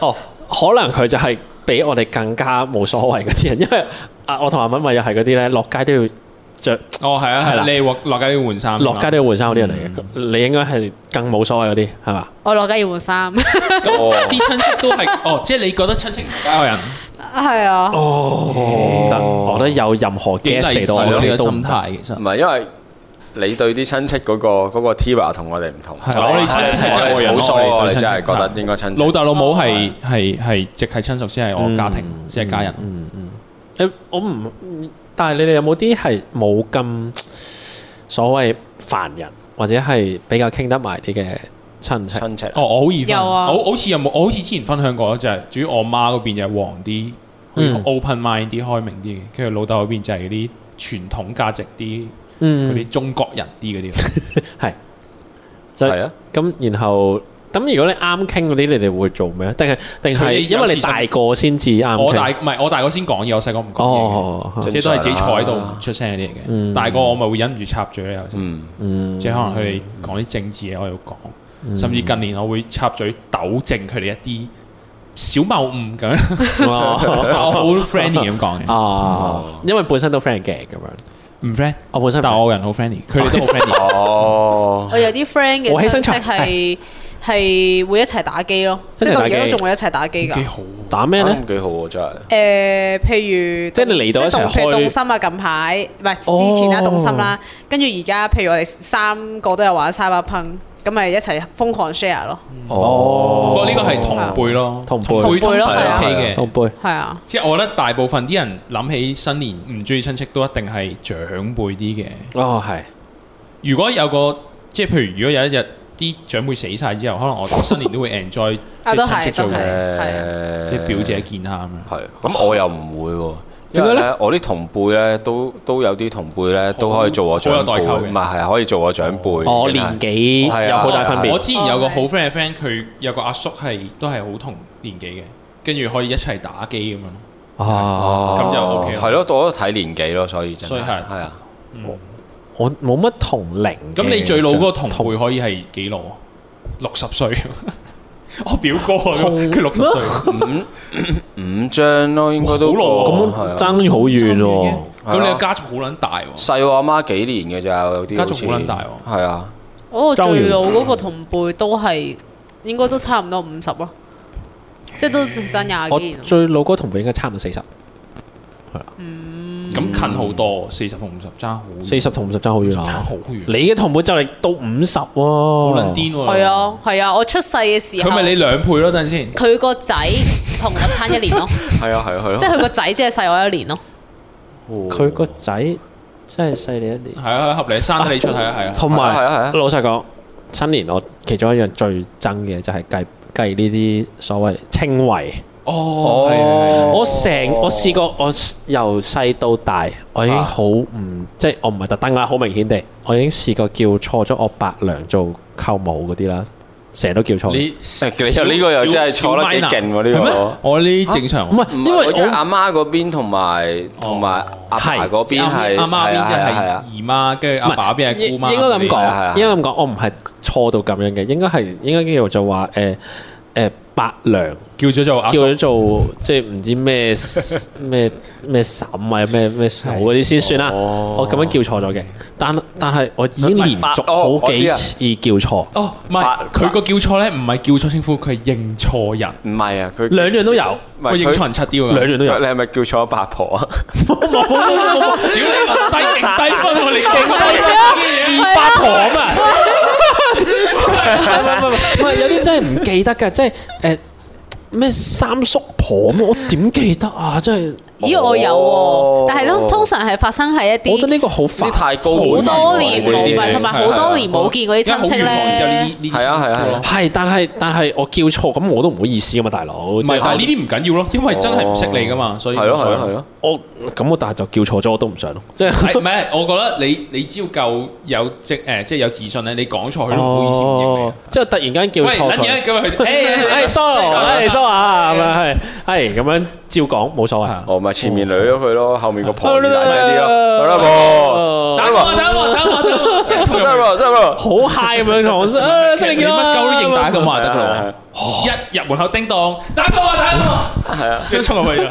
D: 哦，可能佢就係比我哋更加冇所謂嗰啲人，因為啊，我同阿敏咪又係嗰啲咧，落街都要着，
A: 哦，係啊，係
D: 係啦
A: 啦，你落落街都要換衫㗎啊嘛，
D: 落街都要換衫嗰啲人嚟嘅。你應該係更冇所謂嗰啲，係嘛？
C: 我落街要換衫，
B: 哦。
A: 啲親戚都係，哦，即係你覺得親戚唔係街外人，
C: 係啊，
D: 唔得，我覺得有任何
A: 幾
D: gas
A: 勵
D: 嚟
A: 志
D: 到我
A: 咯呢
D: 哋
A: 個
D: 都唔
A: 心
D: 得。
A: 態其實
B: 唔。係因為你對啲親戚嗰個嗰個 tier 同我哋唔同，
A: 係啊我哋哦親戚係真係外
B: 我哋
A: 人
B: 好
A: 咯
B: 疏，我哋
A: 哋
B: 真係覺
A: 親
B: 得
A: 戚
B: 應該親戚
A: 老。豆老母係
C: 哦
A: 係係直係親屬先係我家庭
D: 嗯
A: 先係家人。
D: 嗯嗯，誒，我唔，但係你哋有冇啲係冇咁所謂凡人，或者係比較傾得埋啲嘅親戚？
B: 親戚
A: 哦，我好易分，
C: 有啊
A: 我好似有冇？我好似之前分享過，就係主要我媽嗰邊就係黃啲
D: 嗯
A: ，open mind 啲，開明啲嘅，跟住老豆嗰邊就係嗰啲傳統價值啲，嗰
D: 嗯，
A: 啲中國人啲嗰啲。
D: 就
B: 係啊，
D: 咁，然後咁，如果你啱傾嗰啲，你哋會做咩？定係定
A: 佢
D: 係
A: 哋
D: 因為你大個先至啱
A: 我大
D: 傾？
A: 唔係我大個先講嘢，我細個唔講嘢
D: 哦
A: 嘅，，即係都係自己坐喺度唔出聲嗰啲嚟嘅。
D: 嗯
A: 大個我咪會忍唔住插嘴啊咧，有時
B: 嗯，
D: 嗯，
A: 即係可能佢哋講啲政治嘢，我要講，甚至近年我會插嘴糾正佢哋一啲小謬誤咁樣。
D: 哦
A: 但我好 friendly 咁講嘅，
D: 哦，因為本身都 friend 嘅咁樣，
A: 唔 friend，
D: 我哦本身
A: 但我個人好 friendly，佢哋都好 friendly。
B: 哦，
C: 我有啲 friend 嘅
D: 和氣
C: 親
D: 生
C: 戚
D: 財
C: 係係會一齊打機咯，
D: 一
C: 即係
D: 齊
C: 到
D: 打
C: 而家都
D: 機
C: 仲會一齊打機㗎。
A: 好，
D: 打咩咧
B: 咁？幾好喎，真係。
C: 誒、譬如
D: 即係你嚟到一齊
C: 即係動譬如
D: 開
C: 動心啊，近排唔係之前啦，
D: 哦
C: 動心啦，跟住而家譬如我哋三個都有玩 Cyberpunk，咁咪一齊瘋狂 share 咯，
A: 不
B: 哦
A: 過哦呢個 係同輩咯，
D: 啊同輩
A: 輩通常
C: 同輩咯係啊
A: OK 嘅。
D: 同輩
C: 係啊，
A: 即係我覺得大部分啲人諗起新年唔中意親戚都一定係長輩啲嘅。
D: 哦，係
A: 如果有個即係譬如如果有一日啲長輩死晒之後，可 能我新年都會 enjoy 即
C: 啊
A: 係
C: 都
A: 親
C: 係
A: 戚聚
C: 都
A: 會，
B: 誒
A: 即係表姐見下咁樣。
B: 係，咁我又唔會喎。因
D: 點解
B: 為
D: 咧
B: 咧，我啲同輩咧都都有啲同輩咧都可以做我長
A: 好有代溝
B: 輩，
A: 嘅
B: 唔係係可以做我長輩。
D: 我
A: 哦
B: 已經係
D: 哦年紀
B: 係啊
D: 有好大分
A: 我
D: 別，
A: 之前有個
C: 哦
A: 好 friend 嘅 friend，佢有個阿叔係都係好同年紀嘅，跟住可以一齊打機咁樣咯。
D: 啊，
B: 哦
A: 咁就 OK 啦
B: 係咯，我都睇年紀咯，所以真
A: 所以
B: 係
A: 係
B: 係啊。
D: 我冇乜同齡嘅。
A: 咁你最老嗰個同輩可以係幾老啊？六十歲， 我表哥啊，
D: 同
A: 佢六十歲。
B: 五張咯，應該
A: 好
B: 都
A: 耐喎
B: 過係
D: 咁
B: 啊
D: 爭好遠喎，
A: 咁你個家族好撚大喎，
B: 細我阿媽幾年嘅咋，有啲
A: 家
B: 好
A: 族
B: 似
A: 好撚大喎
B: 係啊，
C: 我
D: 周
C: 哦最
D: 元
C: 老嗰個同輩都係應該都差唔多五十咯，即係都爭廿
D: 我
C: 幾年咯。
D: 最老嗰個同輩應該差唔多四十，
C: 嗯
A: 咁近好多，四十同五十爭好遠，
D: 四十同五十爭好遠
A: 爭
D: 啊！
A: 好遠，
D: 你嘅同輩就嚟到五十喎，
A: 好
D: 好
A: 撚癲喎。
C: 係，啊，係啊，我出世嘅時
A: 佢
C: 候
A: 咪，你兩倍咯，等陣先。
C: 佢個仔同我差一年 咯，
B: 係啊，係啊，係
C: 即係佢個仔即係細我一年咯。
B: 咯。
D: 佢個仔真係細你一年，
A: 係啊，合理，生得你出係啊，係啊。
D: 同
B: 係啊係啊係
D: 埋
B: 啊
D: 老實講，新年我其中一樣最憎嘅就係計計呢啲所謂稱謂。
A: 哦，係啊係啊
D: 我成我試過，我由細到大，我已經好唔即係我唔係特登啦，好明顯地，我已經試過叫錯咗我伯娘做舅母嗰啲啦，成日都叫錯。
A: 你
B: 你又呢個又真係坐得幾勁喎呢個
A: 係咩我呢正常
D: 唔。係
B: 唔係
D: 因為
B: 我即係
D: 我哦
B: 阿媽嗰邊同埋同埋阿爸
D: 係
B: 嗰邊係
A: 阿媽
B: 係
A: 邊
B: 啊
A: 即
B: 係
A: 係
B: 啊
A: 姨媽，跟住
D: 唔
A: 阿爸邊係
D: 應
A: 姑媽。
D: 應該咁
B: 係啊係啊
D: 講，應該咁講，我唔係錯到咁樣嘅，應該係應該叫做話誒誒伯娘
A: 叫咗做阿
D: 叫
A: 叔
D: 咗做即係唔知咩咩咩嬸啊咩咩嫂嗰啲先算啦。我咁樣叫錯咗嘅，但但係我已經連續
B: 哦
D: 好
B: 我知
D: 幾
B: 啊
D: 次叫錯。
A: 哦，唔係
B: 白
A: 佢個叫錯咧，唔係叫錯稱呼，佢係認錯人。
B: 唔係啊佢
D: 兩樣都有，
B: 唔係
A: 我認
B: 佢
A: 錯人七啲喎。
D: 兩樣
B: 你
D: 都有。
B: 係咪叫錯八婆啊？
A: 屌你，低勁低分喎，你勁低分二八婆啊嘛，
D: 唔係有啲真係唔記得㗎，即係誒咩三叔婆咁，我點記得啊？真
C: 咦，我有
B: 哦
C: 喎，但係咧通常係發生喺一
D: 係，我
C: 啲
D: 覺得呢個好
B: 呢
D: 煩。
B: 太高
C: 好
B: 門檻
C: 多
B: 喎
C: 年
B: 呢啲
C: 冇，唔係同埋好多年冇見嗰啲親戚
A: 因為好遠房先有呢
C: 咧
A: 啲，呢啲
B: 係啊係啊係啊
D: 係，但係但係我叫錯，咁我都唔好意思㗎嘛，大佬。
A: 唔
D: 即
A: 係，但係呢
D: 係
A: 啲唔緊要咯，因為真係唔識你噶嘛，所以
B: 係咯係咯係咯。
D: 我咁我但係就叫錯咗，我都唔想咯。 即係
A: 係唔係？我覺得你你只要夠有即誒，即係有自信咧，你講錯佢都唔好意思唔認你啊
D: 哦。即係突然間叫
A: 喂，
D: 錯
A: 撚嘢哎
D: 佢。
A: 咁樣佢，誒
D: 誒
A: 誒
D: sorry，誒 sorry 啊，咁
A: 係
D: 樣係係咁樣照講冇所謂
A: 啊。
B: 哦，咪前面捋咗佢咯，後面個婆先大聲啲咯。好啦
A: 哦
B: 婆，
A: 打我打我打我打我，一
B: 真
A: 衝入
B: 係
A: 去
B: 喎真係喎
D: 哦好 high 咁樣 講，啊誒新年
A: 你
D: 見
A: 乜
D: 啦
A: 鳩都認打咁話得
B: 係
A: 啦
B: 啊
A: 喎，一入門口叮當，打我啊打我啊，
B: 係啊，
A: 跟住衝入去咗。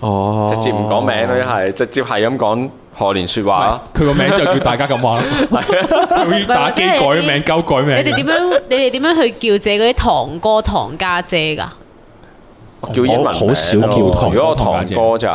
D: 哦，
B: 直接唔講名咯，一係直接係咁講賀年説話咯。
A: 佢個名就叫大家咁話 咯，佢打機改名，鳩改
C: 你
A: 名。
C: 哋點樣？你哋點樣去叫自己嗰啲堂哥堂家姐㗎？
B: 叫英文名
D: 好少叫
B: 咯
D: 堂
B: 如果我堂
A: 堂家姐
B: 哥就係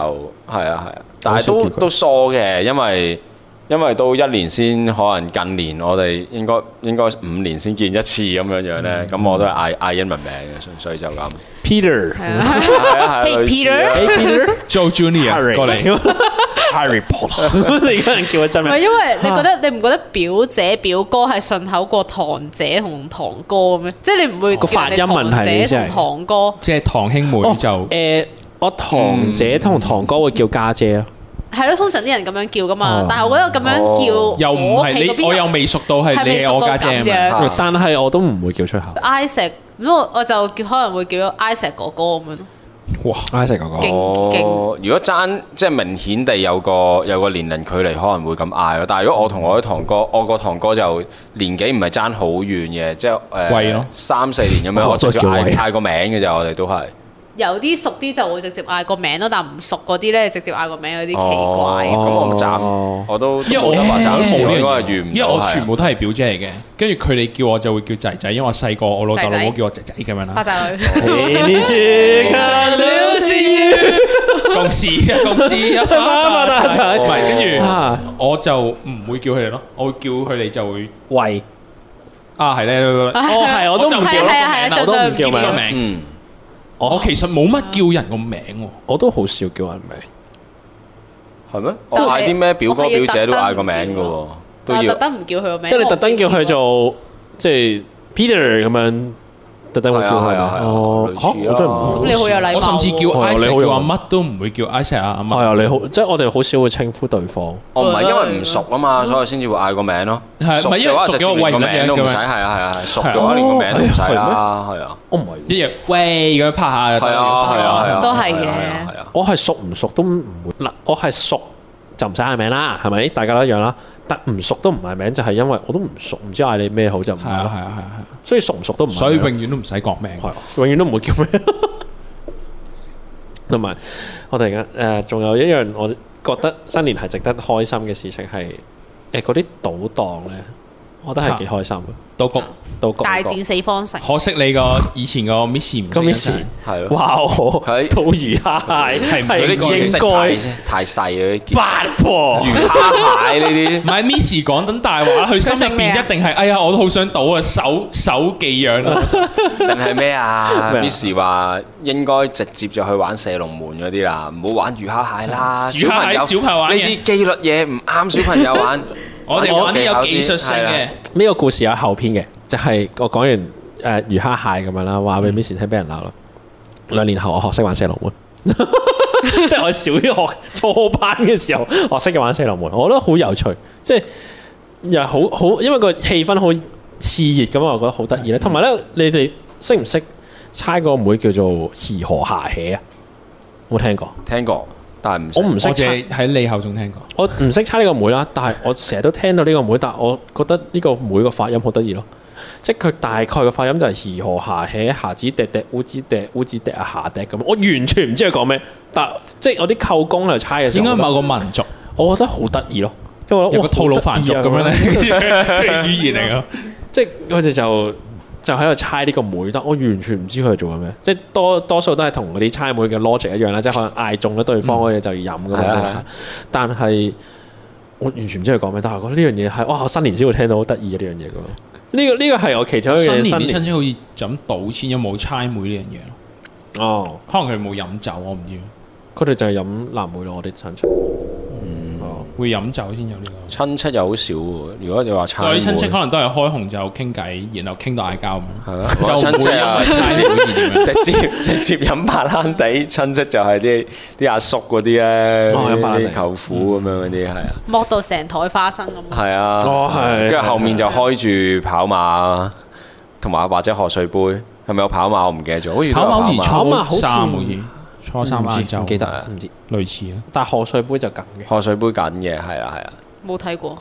B: 啊係啊，但
D: 好
B: 係
D: 少
B: 都
D: 叫佢
B: 都疏嘅，因為因為都一年先可能近年我哋應該應該五年先見一次咁樣樣咧，咁我都係嗌嗌英文名嘅，純粹就咁。
D: Peter
B: 係啊係
C: Hey，
B: 啊類似啊
D: Hey Peter
A: Joe Junior 過嚟，
D: Harry Potter，你而家 人叫佢真
C: 唔
D: 名
C: 係因為你覺得 你唔覺得表姐表哥係順口過堂姐同堂哥咁咩？即係你唔會
D: 個
C: 叫人哋
D: 發音問題
C: 堂姐
D: 你先
C: 同
D: 係
C: 堂哥
A: 即係堂兄妹就
D: 誒，呃我堂姐同堂哥會叫家姐咯，
C: 係咯，通常啲人咁樣叫噶嘛
D: 哦。
C: 但係我覺得咁樣叫
A: 又唔
C: 我屋
A: 係
C: 企嗰
A: 你，
C: 邊
A: 我又未熟到係
C: 係
A: 你
C: 未
A: 係
C: 熟
A: 我
C: 到
A: 家
C: 咁
A: 姐咁樣
C: 樣。
B: 啊
D: 但係我都唔會叫出口。
C: Isaac，咁我我就叫可能會叫 Isaac 哥哥咁樣咯。
A: 哇！
D: I 食嗰個
C: 勁勁
B: 哦，如果爭即係明顯地有個有個年齡距離，可能會咁嗌咯。但係如果我同我啲堂哥，我個堂哥就年紀唔係爭好遠嘅，即係
A: 喂咯
B: 誒三四年咁樣，
D: 我
B: 我直接
D: 都叫喂
B: 嗌嗌個名嘅咋，我哋都係。
C: 有啲熟啲就會直接嗌個名咯，但唔熟嗰啲咧直接嗌個名有啲奇怪。
B: 哦咁我唔
D: 哦
B: 暫，我都
A: 因為
B: 都
A: 我
B: 冇得話暫時，我應該係
A: 冇
B: 遇唔
A: 因為
B: 到
A: 我
B: 係
A: 全部都係表姐嚟嘅，跟住佢哋叫我就會叫仔仔，因為我細個我老豆老
C: 仔
A: 母
C: 仔
A: 叫我仔仔咁樣
C: 花
A: 啦。
C: 仔女，
D: 你去看流星雨，
A: 公司公司一
D: 發大 財
A: 唔係跟住
D: 啊
A: 我就唔會叫佢哋咯，我會叫佢哋就會
D: 喂，
A: 啊係咧，
D: 哦係，我都唔
A: 就唔
D: 叫
C: 係
A: 叫
C: 啊係
D: 咯，
C: 啊係啊，
A: 我
C: 盡
D: 都唔
C: 量
A: 叫
D: 叫名
A: 個
C: 名。
A: 名。
B: 嗯，
A: 我其實冇乜叫人個名喎。
D: 我都好少叫人名。
B: 係咩？我
C: 但係
B: 嗌啲咩表哥
C: 我係要
B: 表姐都嗌個名
C: 特
B: 嘅喎都
C: 登唔叫咯，我
B: 要
C: 特。登唔叫佢個名，
D: 即係你特登叫佢
C: 我
D: 做即係 Peter 咁樣，特登會叫佢
B: 係啊係啊係啊
D: 哦
B: 類似
D: 嚇
B: 啊
D: 我真係唔
C: 唔知點講。咁你好有禮貌喎。
A: 我甚至叫
D: 哦你
A: Isaac
D: 好
A: 叫
D: 用
A: 阿乜都唔會叫 Isaac 啊阿
D: 係
A: 乜，
D: 啊，你好，即係我哋好少會稱呼對方。
B: 我哦唔係因為唔熟啊嘛，所以先至會嗌個名咯。
A: 係
B: 熟
A: 唔係因為
B: 嘅話
A: 熟嘅
B: 就直
A: 話
B: 接連個
A: 喂
B: 名都唔
A: 咁樣
B: 使，係啊係啊，熟
A: 係啊
B: 嘅話連個名都唔使
D: 哦哎呀係咩
B: 啦，係啊。
D: 我唔係，
A: 一日喂咁樣拍下就
B: 係
A: 得
B: 啊，係啊，係啊，
C: 都係嘅
B: 係啊係啊
D: 我係熟唔熟都唔會嗱，我係熟就唔使嗌名啦，係咪？大家都一樣啦。但唔熟都唔嗌名，就係因為我都唔熟，唔知嗌你咩好就唔
A: 係
D: 嗌
A: 啊
D: 咯。
A: 係啊係啊係啊，
D: 所以熟唔熟都唔嗌名。
A: 所以永遠都唔使講名。
D: 係啊永遠都唔會叫咩。 同埋我突然間誒，仲、有一樣我覺得新年係值得開心嘅事情係誒嗰啲賭檔咧，我覺得係幾開心嘅。
A: 到局，
D: 到各
C: 大戰四方城，
A: 可惜你個以前個 Miss 唔
D: 個 miss
B: 係啊，
D: 哇！我
B: 佢
D: 到魚蝦蟹
A: 係唔
B: 佢
A: 佢
B: 啲
A: 應該
B: 見識
D: 係應
B: 太太細啊！
D: 該八婆。
B: 魚蝦蟹呢
A: 唔係 Miss 講緊大話啦，佢心入邊一定係，哎呀，我都好想賭啊，手手寄養啦，
B: 啲，定係 咩啊
D: 咩啊
B: ？Miss 話應該直接就去玩射龍門嗰啲啦，唔好玩魚蝦蟹 啦。
A: 魚
B: 小朋
A: 蝦蟹
B: 友
A: 小朋友玩嘅。
B: 呢啲紀律嘢唔啱小朋友玩
A: 我哋玩啲有技術性
B: 係
A: 嘅
B: 啊。，
D: 呢個故事有後篇嘅，就係、我講完誒、呃、魚蝦蟹咁樣啦，話俾 Miss 聽，俾人鬧啦。兩年後我學識玩射龍門， 即係我小學初班嘅時候學識嘅玩射龍門，我覺得好有趣，即係又好好，因為個氣氛好熾熱咁啊，我覺得好得意咧。同埋咧，你哋識唔識猜個妹叫做貉河夏蟹啊？冇聽過，
B: 聽過，但係唔識
D: 我唔識
A: 我
D: 猜。
A: 哋喺你口中聽過。
D: 我唔識猜呢個妹啦，但係我成日都聽到呢個妹，但係我覺得呢個妹個發音好得意咯，即係佢大概個發音就係貉河下起下子滴滴烏子滴烏子滴啊下滴咁，我完全唔知佢講咩，但即係我啲扣工喺度猜嘅時
A: 應
D: 候，
A: 該
D: 我覺
A: 某個民族
D: 得我覺得好得意咯，因為我覺得
A: 有個
D: 哇
A: 套路繁俗咁 樣咧，
D: 好得意啊
A: 嘅語言嚟噶。
D: 即係佢哋就就喺度猜呢個妹，但我完全唔知佢哋做緊咩，即係多多數都係同嗰啲猜妹嘅 logic 一樣啦，即係可能嗌中咗對方嗰嘢就要飲咁
B: 係啊
D: 樣
B: 係啊
D: 啦，但係我完全唔知佢講咩，但係我覺得呢樣嘢係哇，我新年先會聽到好得意啊嘅呢樣嘢咁。呢個呢個係我其中一樣
A: 新
D: 嘢
A: 年
D: 新
A: 啲親
D: 年
A: 戚好似就咁賭錢，有冇猜妹呢樣嘢咯？
D: 哦，
A: 可能佢哋冇飲酒，我唔知。
D: 佢哋就係飲藍莓咯，我哋親戚。哦
A: 會飲酒先有呢個。
B: 親戚又好少喎。如果你話差
A: 我
B: 妹，
A: 啲親戚可
B: 係
A: 能都係開紅酒傾偈，然後傾到嗌交咁樣。
B: 啊，
A: 就
B: 我
A: 唔
B: 親戚
A: 會因
B: 啊
A: 為猜
B: 親戚
A: 妹而點樣。
B: 直 接直接飲白蘭地，親戚就係啲啲阿叔嗰啲咧，
D: 哦飲白蘭地
B: 啲舅父咁樣嗰啲係啊，
C: 剝到成台花生咁。
B: 係啊，
D: 哦係
B: 跟住後面
A: 啊
B: 就開住跑馬，同埋或者賀歲杯，係咪有跑馬？我唔記得咗，好似都
A: 跑
B: 有
A: 馬
B: 馬
D: 跑馬
A: 而
D: 好
A: 初
D: 似
A: 三好似初三
D: 唔
A: 晏
D: 知唔記
A: 晝
D: 得唔知，
A: 類似啊啦。
D: 啊但係賀歲杯就咁嘅。
B: 賀歲杯緊嘅，係啦係啊啦，
C: 冇睇過，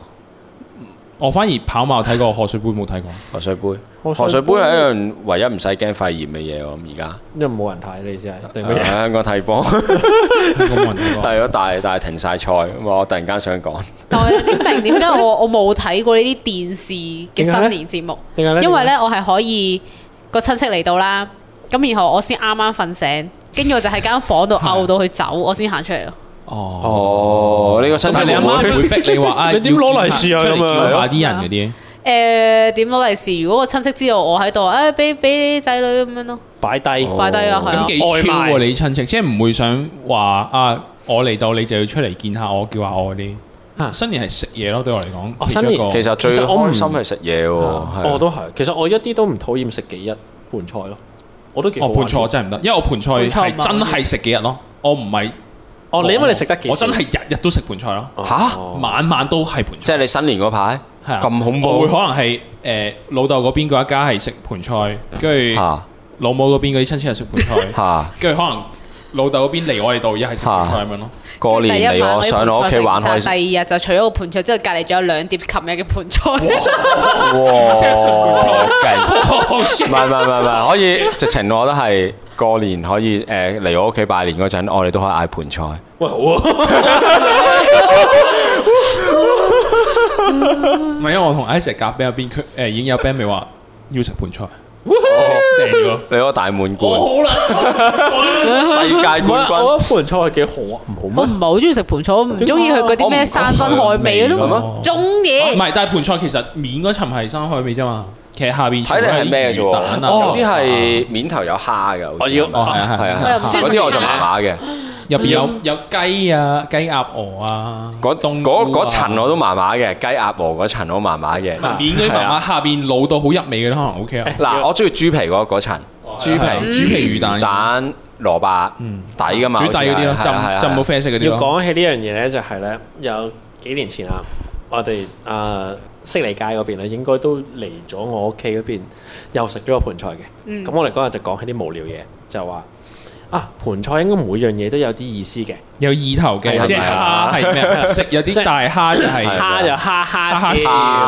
A: 我反而跑馬有睇過，賀歲杯冇睇過。
B: 賀歲杯，
D: 賀
B: 賀
D: 歲
B: 歲
D: 杯
B: 杯係一樣唯一唔使驚肺炎嘅嘢喎，咁而家
D: 因為冇人睇你先係定哦
B: 係
D: 咩
B: 啊？香港睇波
A: 香港冇人 睇過。
B: 係咯，但係但係停晒賽，咁我突然間想講，
C: 但我有啲明點解我 我冇睇過呢啲電視嘅新年節目，
D: 點解咧？
C: 因為咧我係可以個親戚嚟到啦，咁然後我先啱啱瞓醒，跟住我就喺間房度漚到佢走，我先行出嚟咯。
A: 哦，
B: 哦，呢個親
A: 但
B: 戚
A: 係你阿媽
B: 會唔會
A: 會逼你 話啊，
D: 你點攞利是
A: 要
D: 啊
A: 見下
D: 咁
A: 出
D: 樣
A: 嚟見下啲人嗰啲。
C: 誒點攞利是？如果個親戚知道我喺度，誒俾俾仔女咁樣咯，
D: 擺低
B: 哦
C: 擺低啊，係
A: 咁，
C: 啊
A: 幾
D: 外賣
A: chill 喎你親戚，即係唔會想話啊，我嚟到你就要出嚟見下我，叫下我嗰啲。
D: 啊
A: 新年係食嘢咯，對我嚟講。
D: 哦
A: 其中一個
B: 其實最
D: 其實我唔哦
B: 開心係食嘢喎，係啊
D: 我都係，其實我一啲都唔討厭食幾日盤菜咯，我都幾
A: 哦
D: 好玩啊
A: 盤菜我真係唔得，因為我盤菜
C: 盤菜唔
A: 係
C: 係
A: 真係食幾日咯，我唔係
D: 哦，你因為你食得幾少，
A: 我真係日日都食盤菜咯，
B: 嚇
D: 哦
A: 晚晚都係盤
B: 即
A: 菜。
B: 係你新年嗰排
A: 係啊
B: 咁恐
A: 我會可
B: 怖
A: 能係誒老豆嗰邊嗰一家係食盤菜，跟住
B: 嚇
A: 老母嗰邊嗰啲親戚係食盤菜，
B: 嚇！
A: 跟住可能老豆嗰邊嚟我哋度一係食盤菜咁樣咯。
B: 過
C: 第一
B: 年
C: 晚
B: 嚟我
C: 嗰啲
B: 上
C: 盤
B: 我屋
C: 菜
B: 企
C: 食
B: 玩
C: 晒
B: 開心，
C: 第二日就除咗個盤菜之後，隔離仲有兩碟琴日嘅盤菜。
A: 好
B: 哇！勁唔係唔係唔係唔係，可以直情我覺得係過年可以誒嚟我屋企拜年嗰陣，我哋都可以嗌盤菜。
D: 喂好啊，
A: 唔係，因為我同 Isaac 夾 band 入邊，佢誒已經有 band 未話要食盤菜，訂咗。
B: 你嗰個大滿貫
A: 我好啦，
B: 世界
D: 唔
B: 冠
D: 係
B: 軍
D: 我覺得盤菜幾好啊，唔好
C: 我
D: 咩？
C: 唔係好中意食盤菜，我唔中意佢嗰啲咩山珍海味
A: 我唔
C: 咯，
A: 我唔
C: 中意。
A: 唔係，但係盤菜其實面嗰層係生海味啫嘛，其實下邊
B: 睇你係咩嘅啫
A: 全部
B: 喎哦
A: 係啲魚蛋啊
B: 有啲係面頭有蝦嘅，好似
D: 我要
A: 哦係啊
B: 係
A: 係
B: 啊嗯
A: 啊
B: 係
A: 係
B: 啊，
A: 啊
C: 我又唔
B: 嗰
C: 知
B: 啲我就麻麻嘅，
A: 入邊有有雞啊、雞鴨鵝啊，
B: 嗰
A: 冬菇啊
B: 嗰嗰層我都麻麻嘅，雞鴨鵝嗰層我麻麻嘅。
A: 面嗰啲
B: 係
A: 慢
B: 啊
A: 慢下邊老到好入味嘅咧，可能 OK 啊。
B: 嗱，我中意豬皮嗰嗰層，豬
A: 係啊
B: 皮、
A: 豬皮魚蛋
B: 蛋、蘿蔔底噶嘛，
A: 煮底嗰啲咯，
B: 好似係係啊係啊
A: 浸浸到啡色嗰啲
D: 要
A: 咯。
D: 講起呢樣嘢咧，就係咧有幾年前啊，我哋啊悉尼街嗰邊啊咧，應該都嚟咗我屋企嗰邊，又食咗個盤菜嘅。咁、
C: 嗯
D: 我哋嗰日就講起啲無聊嘢，就話啊盤菜應該每樣嘢都有啲意思嘅，
A: 有意頭
D: 係
A: 嘅，
D: 咪
A: 即係
B: 啊
A: 蝦係 咩？食有
D: 即
A: 啲
D: 係
A: 大蝦就
B: 係
A: 係啊
D: 蝦就蝦蝦
A: 蝦
D: 笑，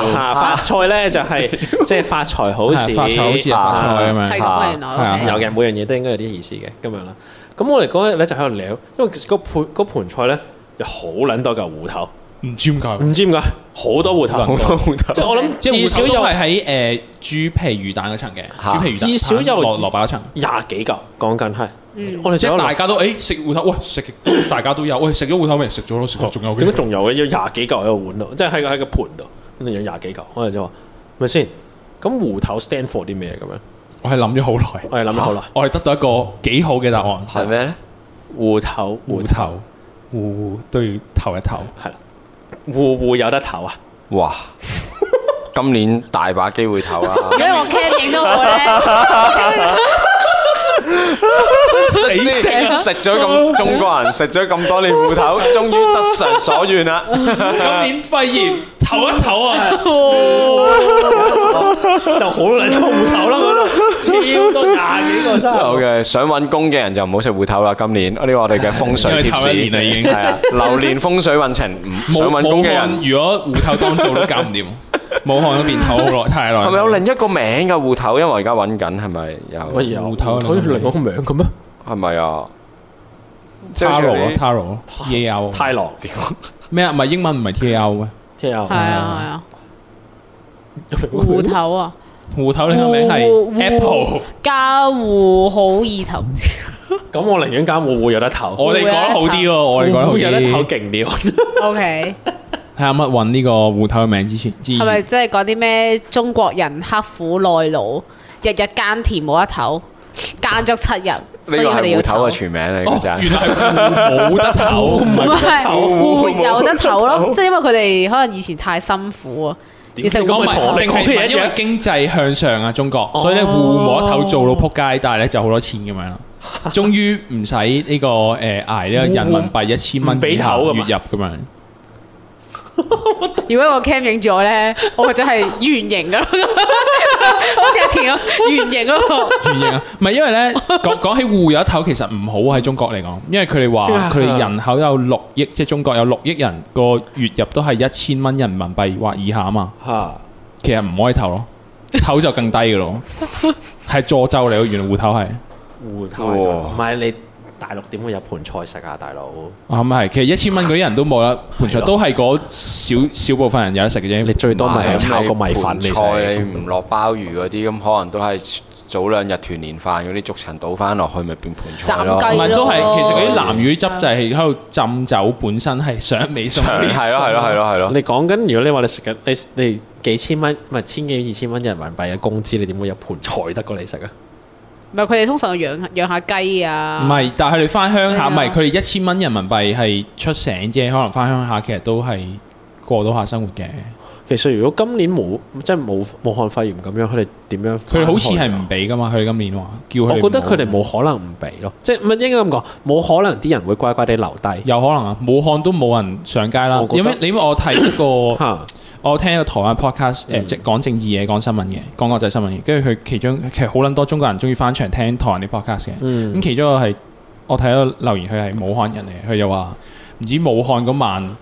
B: 笑
D: 嚇發菜咧就 係即係發財好事，
A: 係發財好啊似係發菜咁樣。
C: 係咁啊，原
A: 係啊
C: 來
D: 有嘅，每樣嘢都應該有啲意思嘅咁樣啦。咁我哋嗰日咧就喺度聊，因為其實嗰盤嗰盤菜咧就好撚多嚿芋頭，
A: 唔知點解，
D: 唔知點解好多芋頭，
A: 嗯好
D: 多芋頭，即係我諗
A: 即係
D: 至
A: 至
D: 少
A: 少都
D: 有
A: 係喺誒豬皮魚蛋嗰層嘅，
B: 嚇
A: 豬皮魚蛋
D: 至少有
A: 蘿蘿蔔嗰層。
D: 廿幾嚿，講緊係
C: 嗯，
D: 我哋
A: 即
D: 仲有
A: 係大
D: 兩
A: 家都誒食芋頭，喂食大家都有，喂食咗芋頭未？食咗咯，食咗仲有嘅。
D: 哦點解仲有嘅？要廿幾嚿喺個碗度，即係喺個喺個盤度，咁就有廿幾嚿。我哋就話咪先，咁芋頭 stand for 啲咩咁樣？
A: 我係諗咗好耐，
D: 我哋諗咗好耐，
A: 我係得到一個幾好嘅答案。
B: 係咩咧？
D: 芋頭
A: 芋
D: 芋頭
A: 頭，芋都要頭一頭。
D: 係啦，芋芋有得頭啊！
B: 哇！今年大把機會投啊！
C: 因為我 cam 影到我咧，
A: 死
B: 即係
A: 正
B: 食 咗咁中國人食咗咁多年芋頭，終於得償所願啦！
A: 今年肺炎頭一頭啊！
D: 就好撚多芋頭啦嗰度，超多廿幾個真係。
B: 好嘅，想揾工嘅人就唔好食芋頭啦。今年呢個我哋嘅 風水貼士，
A: 因為頭一年啦已經
B: 係啊，流年風 水運程，唔 想
A: 武
B: 揾工嘅人
A: 武漢如果芋頭當造都搞 唔掂，武漢嗰邊頭好耐太耐。
B: 係咪有另一個名㗎芋頭？因為我而家揾緊係咪
D: 乜
B: 有？
D: 嘢啊
A: 芋頭
D: 好似另一個名咁咩？
A: 哦
B: 係咪啊？即係好似
A: Taro 咯
B: 你
A: ，Taro 咯，T A O
D: 太郎屌，
A: 咩啊？唔係英文唔係 T A O 咩？
D: 即係有
C: 係 啊係啊，芋頭啊，
A: 芋頭呢個名
C: 芋
A: 係 Apple。
C: 加芋好意頭，唔 知
D: 咁我寧願揀會會有得頭，
A: 我哋講得好啲喎，我哋講得好
D: 會有得頭
A: 啲。
D: 勁啲。
C: O K，
A: 睇下乜揾呢個芋頭嘅名之前，之
C: 係咪即係講啲咩中國人刻苦耐勞，日日耕田冇得唞，耕足七日，所
B: 呢
C: 以
B: 個
C: 佢
B: 係
C: 哋要
B: 芋頭嘅啊
C: 唞。
B: 全名嚟
A: 哦
B: 嘅，真
A: 原
B: 係。
A: 來係冇得唞，唔
C: 唔
A: 係
C: 係芋啊有得唞咯，即係因為佢哋可能以前太辛苦啊，要食芋
A: 唔
C: 頭
A: 係，定係因為經濟向上啊，中國，所以咧芋冇得唞做到撲街，但係咧就好多錢咁樣 啦。終於唔使呢個誒捱呢個人民幣一千蚊
D: 唔俾
A: 以下
D: 唞㗎
A: 月
D: 嘛
A: 入咁樣，
C: 如果個 cam 影住我咧，我個嘴係圓形噶咯， 好似阿田咁圓形嗰個。
A: 專業啊！ 唔係因為咧講講起芋有得唞，其實唔好喺中國嚟講，因為佢哋話
D: 點解
A: 佢哋人口有六億，即係中國有六億人個月入都係一千蚊人民幣或以下啊 嘛。
D: 嚇，
A: 其實唔可以投咯，投就更低嘅咯，係助咒嚟嘅，原來芋頭係，
D: 芋頭係
B: 哇
D: 唔係你大陸點會有盤菜食啊，大佬？
A: 啊咁係，其實一千蚊嗰啲人都冇啦，盤菜都係嗰少少部分人有得食嘅啫，
D: 你最多咪係炒個米粉
B: 你
D: 你
B: 盤菜
D: 食。
B: 你唔落鮑魚嗰啲，咁可能都係早兩日團年飯嗰啲逐層倒翻落去，咪變盤菜
C: 斬
B: 咯。
A: 唔
C: 雞
A: 係都係，其實嗰啲
C: 咯
A: 南乳啲汁就係喺度浸酒，本身係想味餸啊嗰啲汁。
B: 係咯係咯係咯係咯。
D: 你講緊，如果你話你食緊你你幾千蚊，唔係千幾二千蚊人民幣嘅工資，你點會有盤菜得過你食啊？
C: 唔係佢哋通常養養下雞啊，
A: 唔係，但係佢哋翻鄉
C: 係
A: 下，
C: 啊
A: 唔係佢哋一千蚊人民幣係出醒啫，可能翻鄉下其實都係過到下生活嘅。
D: 其實如果今年冇即係冇武漢肺炎咁樣，佢哋點樣
A: 佢
D: 翻去啊？
A: 哋好似係唔俾噶嘛，佢哋今年話叫佢
D: 我
A: 哋唔好。
D: 覺得佢哋冇可能唔俾咯，即係唔係應該咁講，冇可能啲人會乖乖地留低
A: 有可能啊，武漢都冇人上街啦
D: 我。覺得
A: 因為你因為我睇一個，
D: 嚇。
A: 我聽一個台灣 podcast 誒，即係講政治嘢、講新聞嘅、講國際新聞嘅，跟住佢其中其實好撚多中國人中意翻牆聽台灣啲 podcast 嘅。咁
D: 嗯，
A: 其中一個係我睇到留言，佢係武漢人嚟，佢就話唔知武漢嗰晚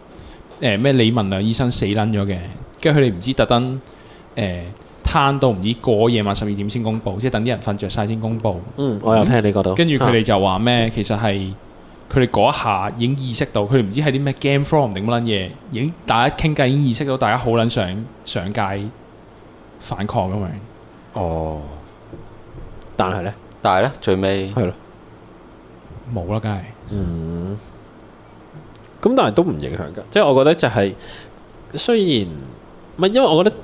A: 誒咩、李文亮醫生死撚咗嘅，跟住佢哋唔知特登誒攤到唔知過夜晚十二點先公佈，即係等啲人瞓着晒先公佈。
D: 嗯，我有聽你嗰度。啊
A: 跟住佢哋就話咩？其實係佢哋嗰一下已經意識到，佢哋唔知係啲咩 game from 定乜撚嘢，已經大家傾偈已經意識到大家好撚想上街反抗咁樣。
B: 哦，
D: 啊，但係咧，
B: 但係咧最
A: 嗯
B: 尾
D: 係咯，
A: 冇啦，梗係
D: 嗯，咁但係都唔影響㗎，即係我覺得就係、雖然唔係，因為我覺得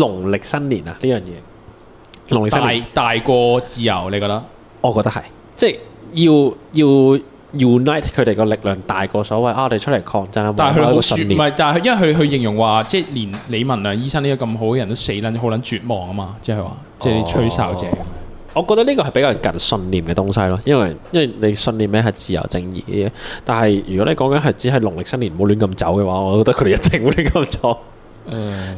D: 農曆新年啊呢樣嘢，農曆新年，
A: 大大過自由，你覺得？
D: 我覺得係即係要要 unite 佢哋個力量大過所謂啊，我哋出嚟抗爭啊，
A: 但係佢
D: 維護一
A: 好
D: 個
A: 絕，
D: 信
A: 唔
D: 念，
A: 係，但係因為佢佢形容話，即係連李文亮醫生呢個咁好嘅人都死撚，好撚絕望啊嘛，即係話，即
D: 哦
A: 係啲吹哨者。
D: 我覺得呢個係比較近信念嘅東西咯，因為因為你信念咩係自由正義嘅嘢，但係如果你講緊係只係農曆新年唔好亂咁走嘅話，我覺得佢哋一定會亂咁走。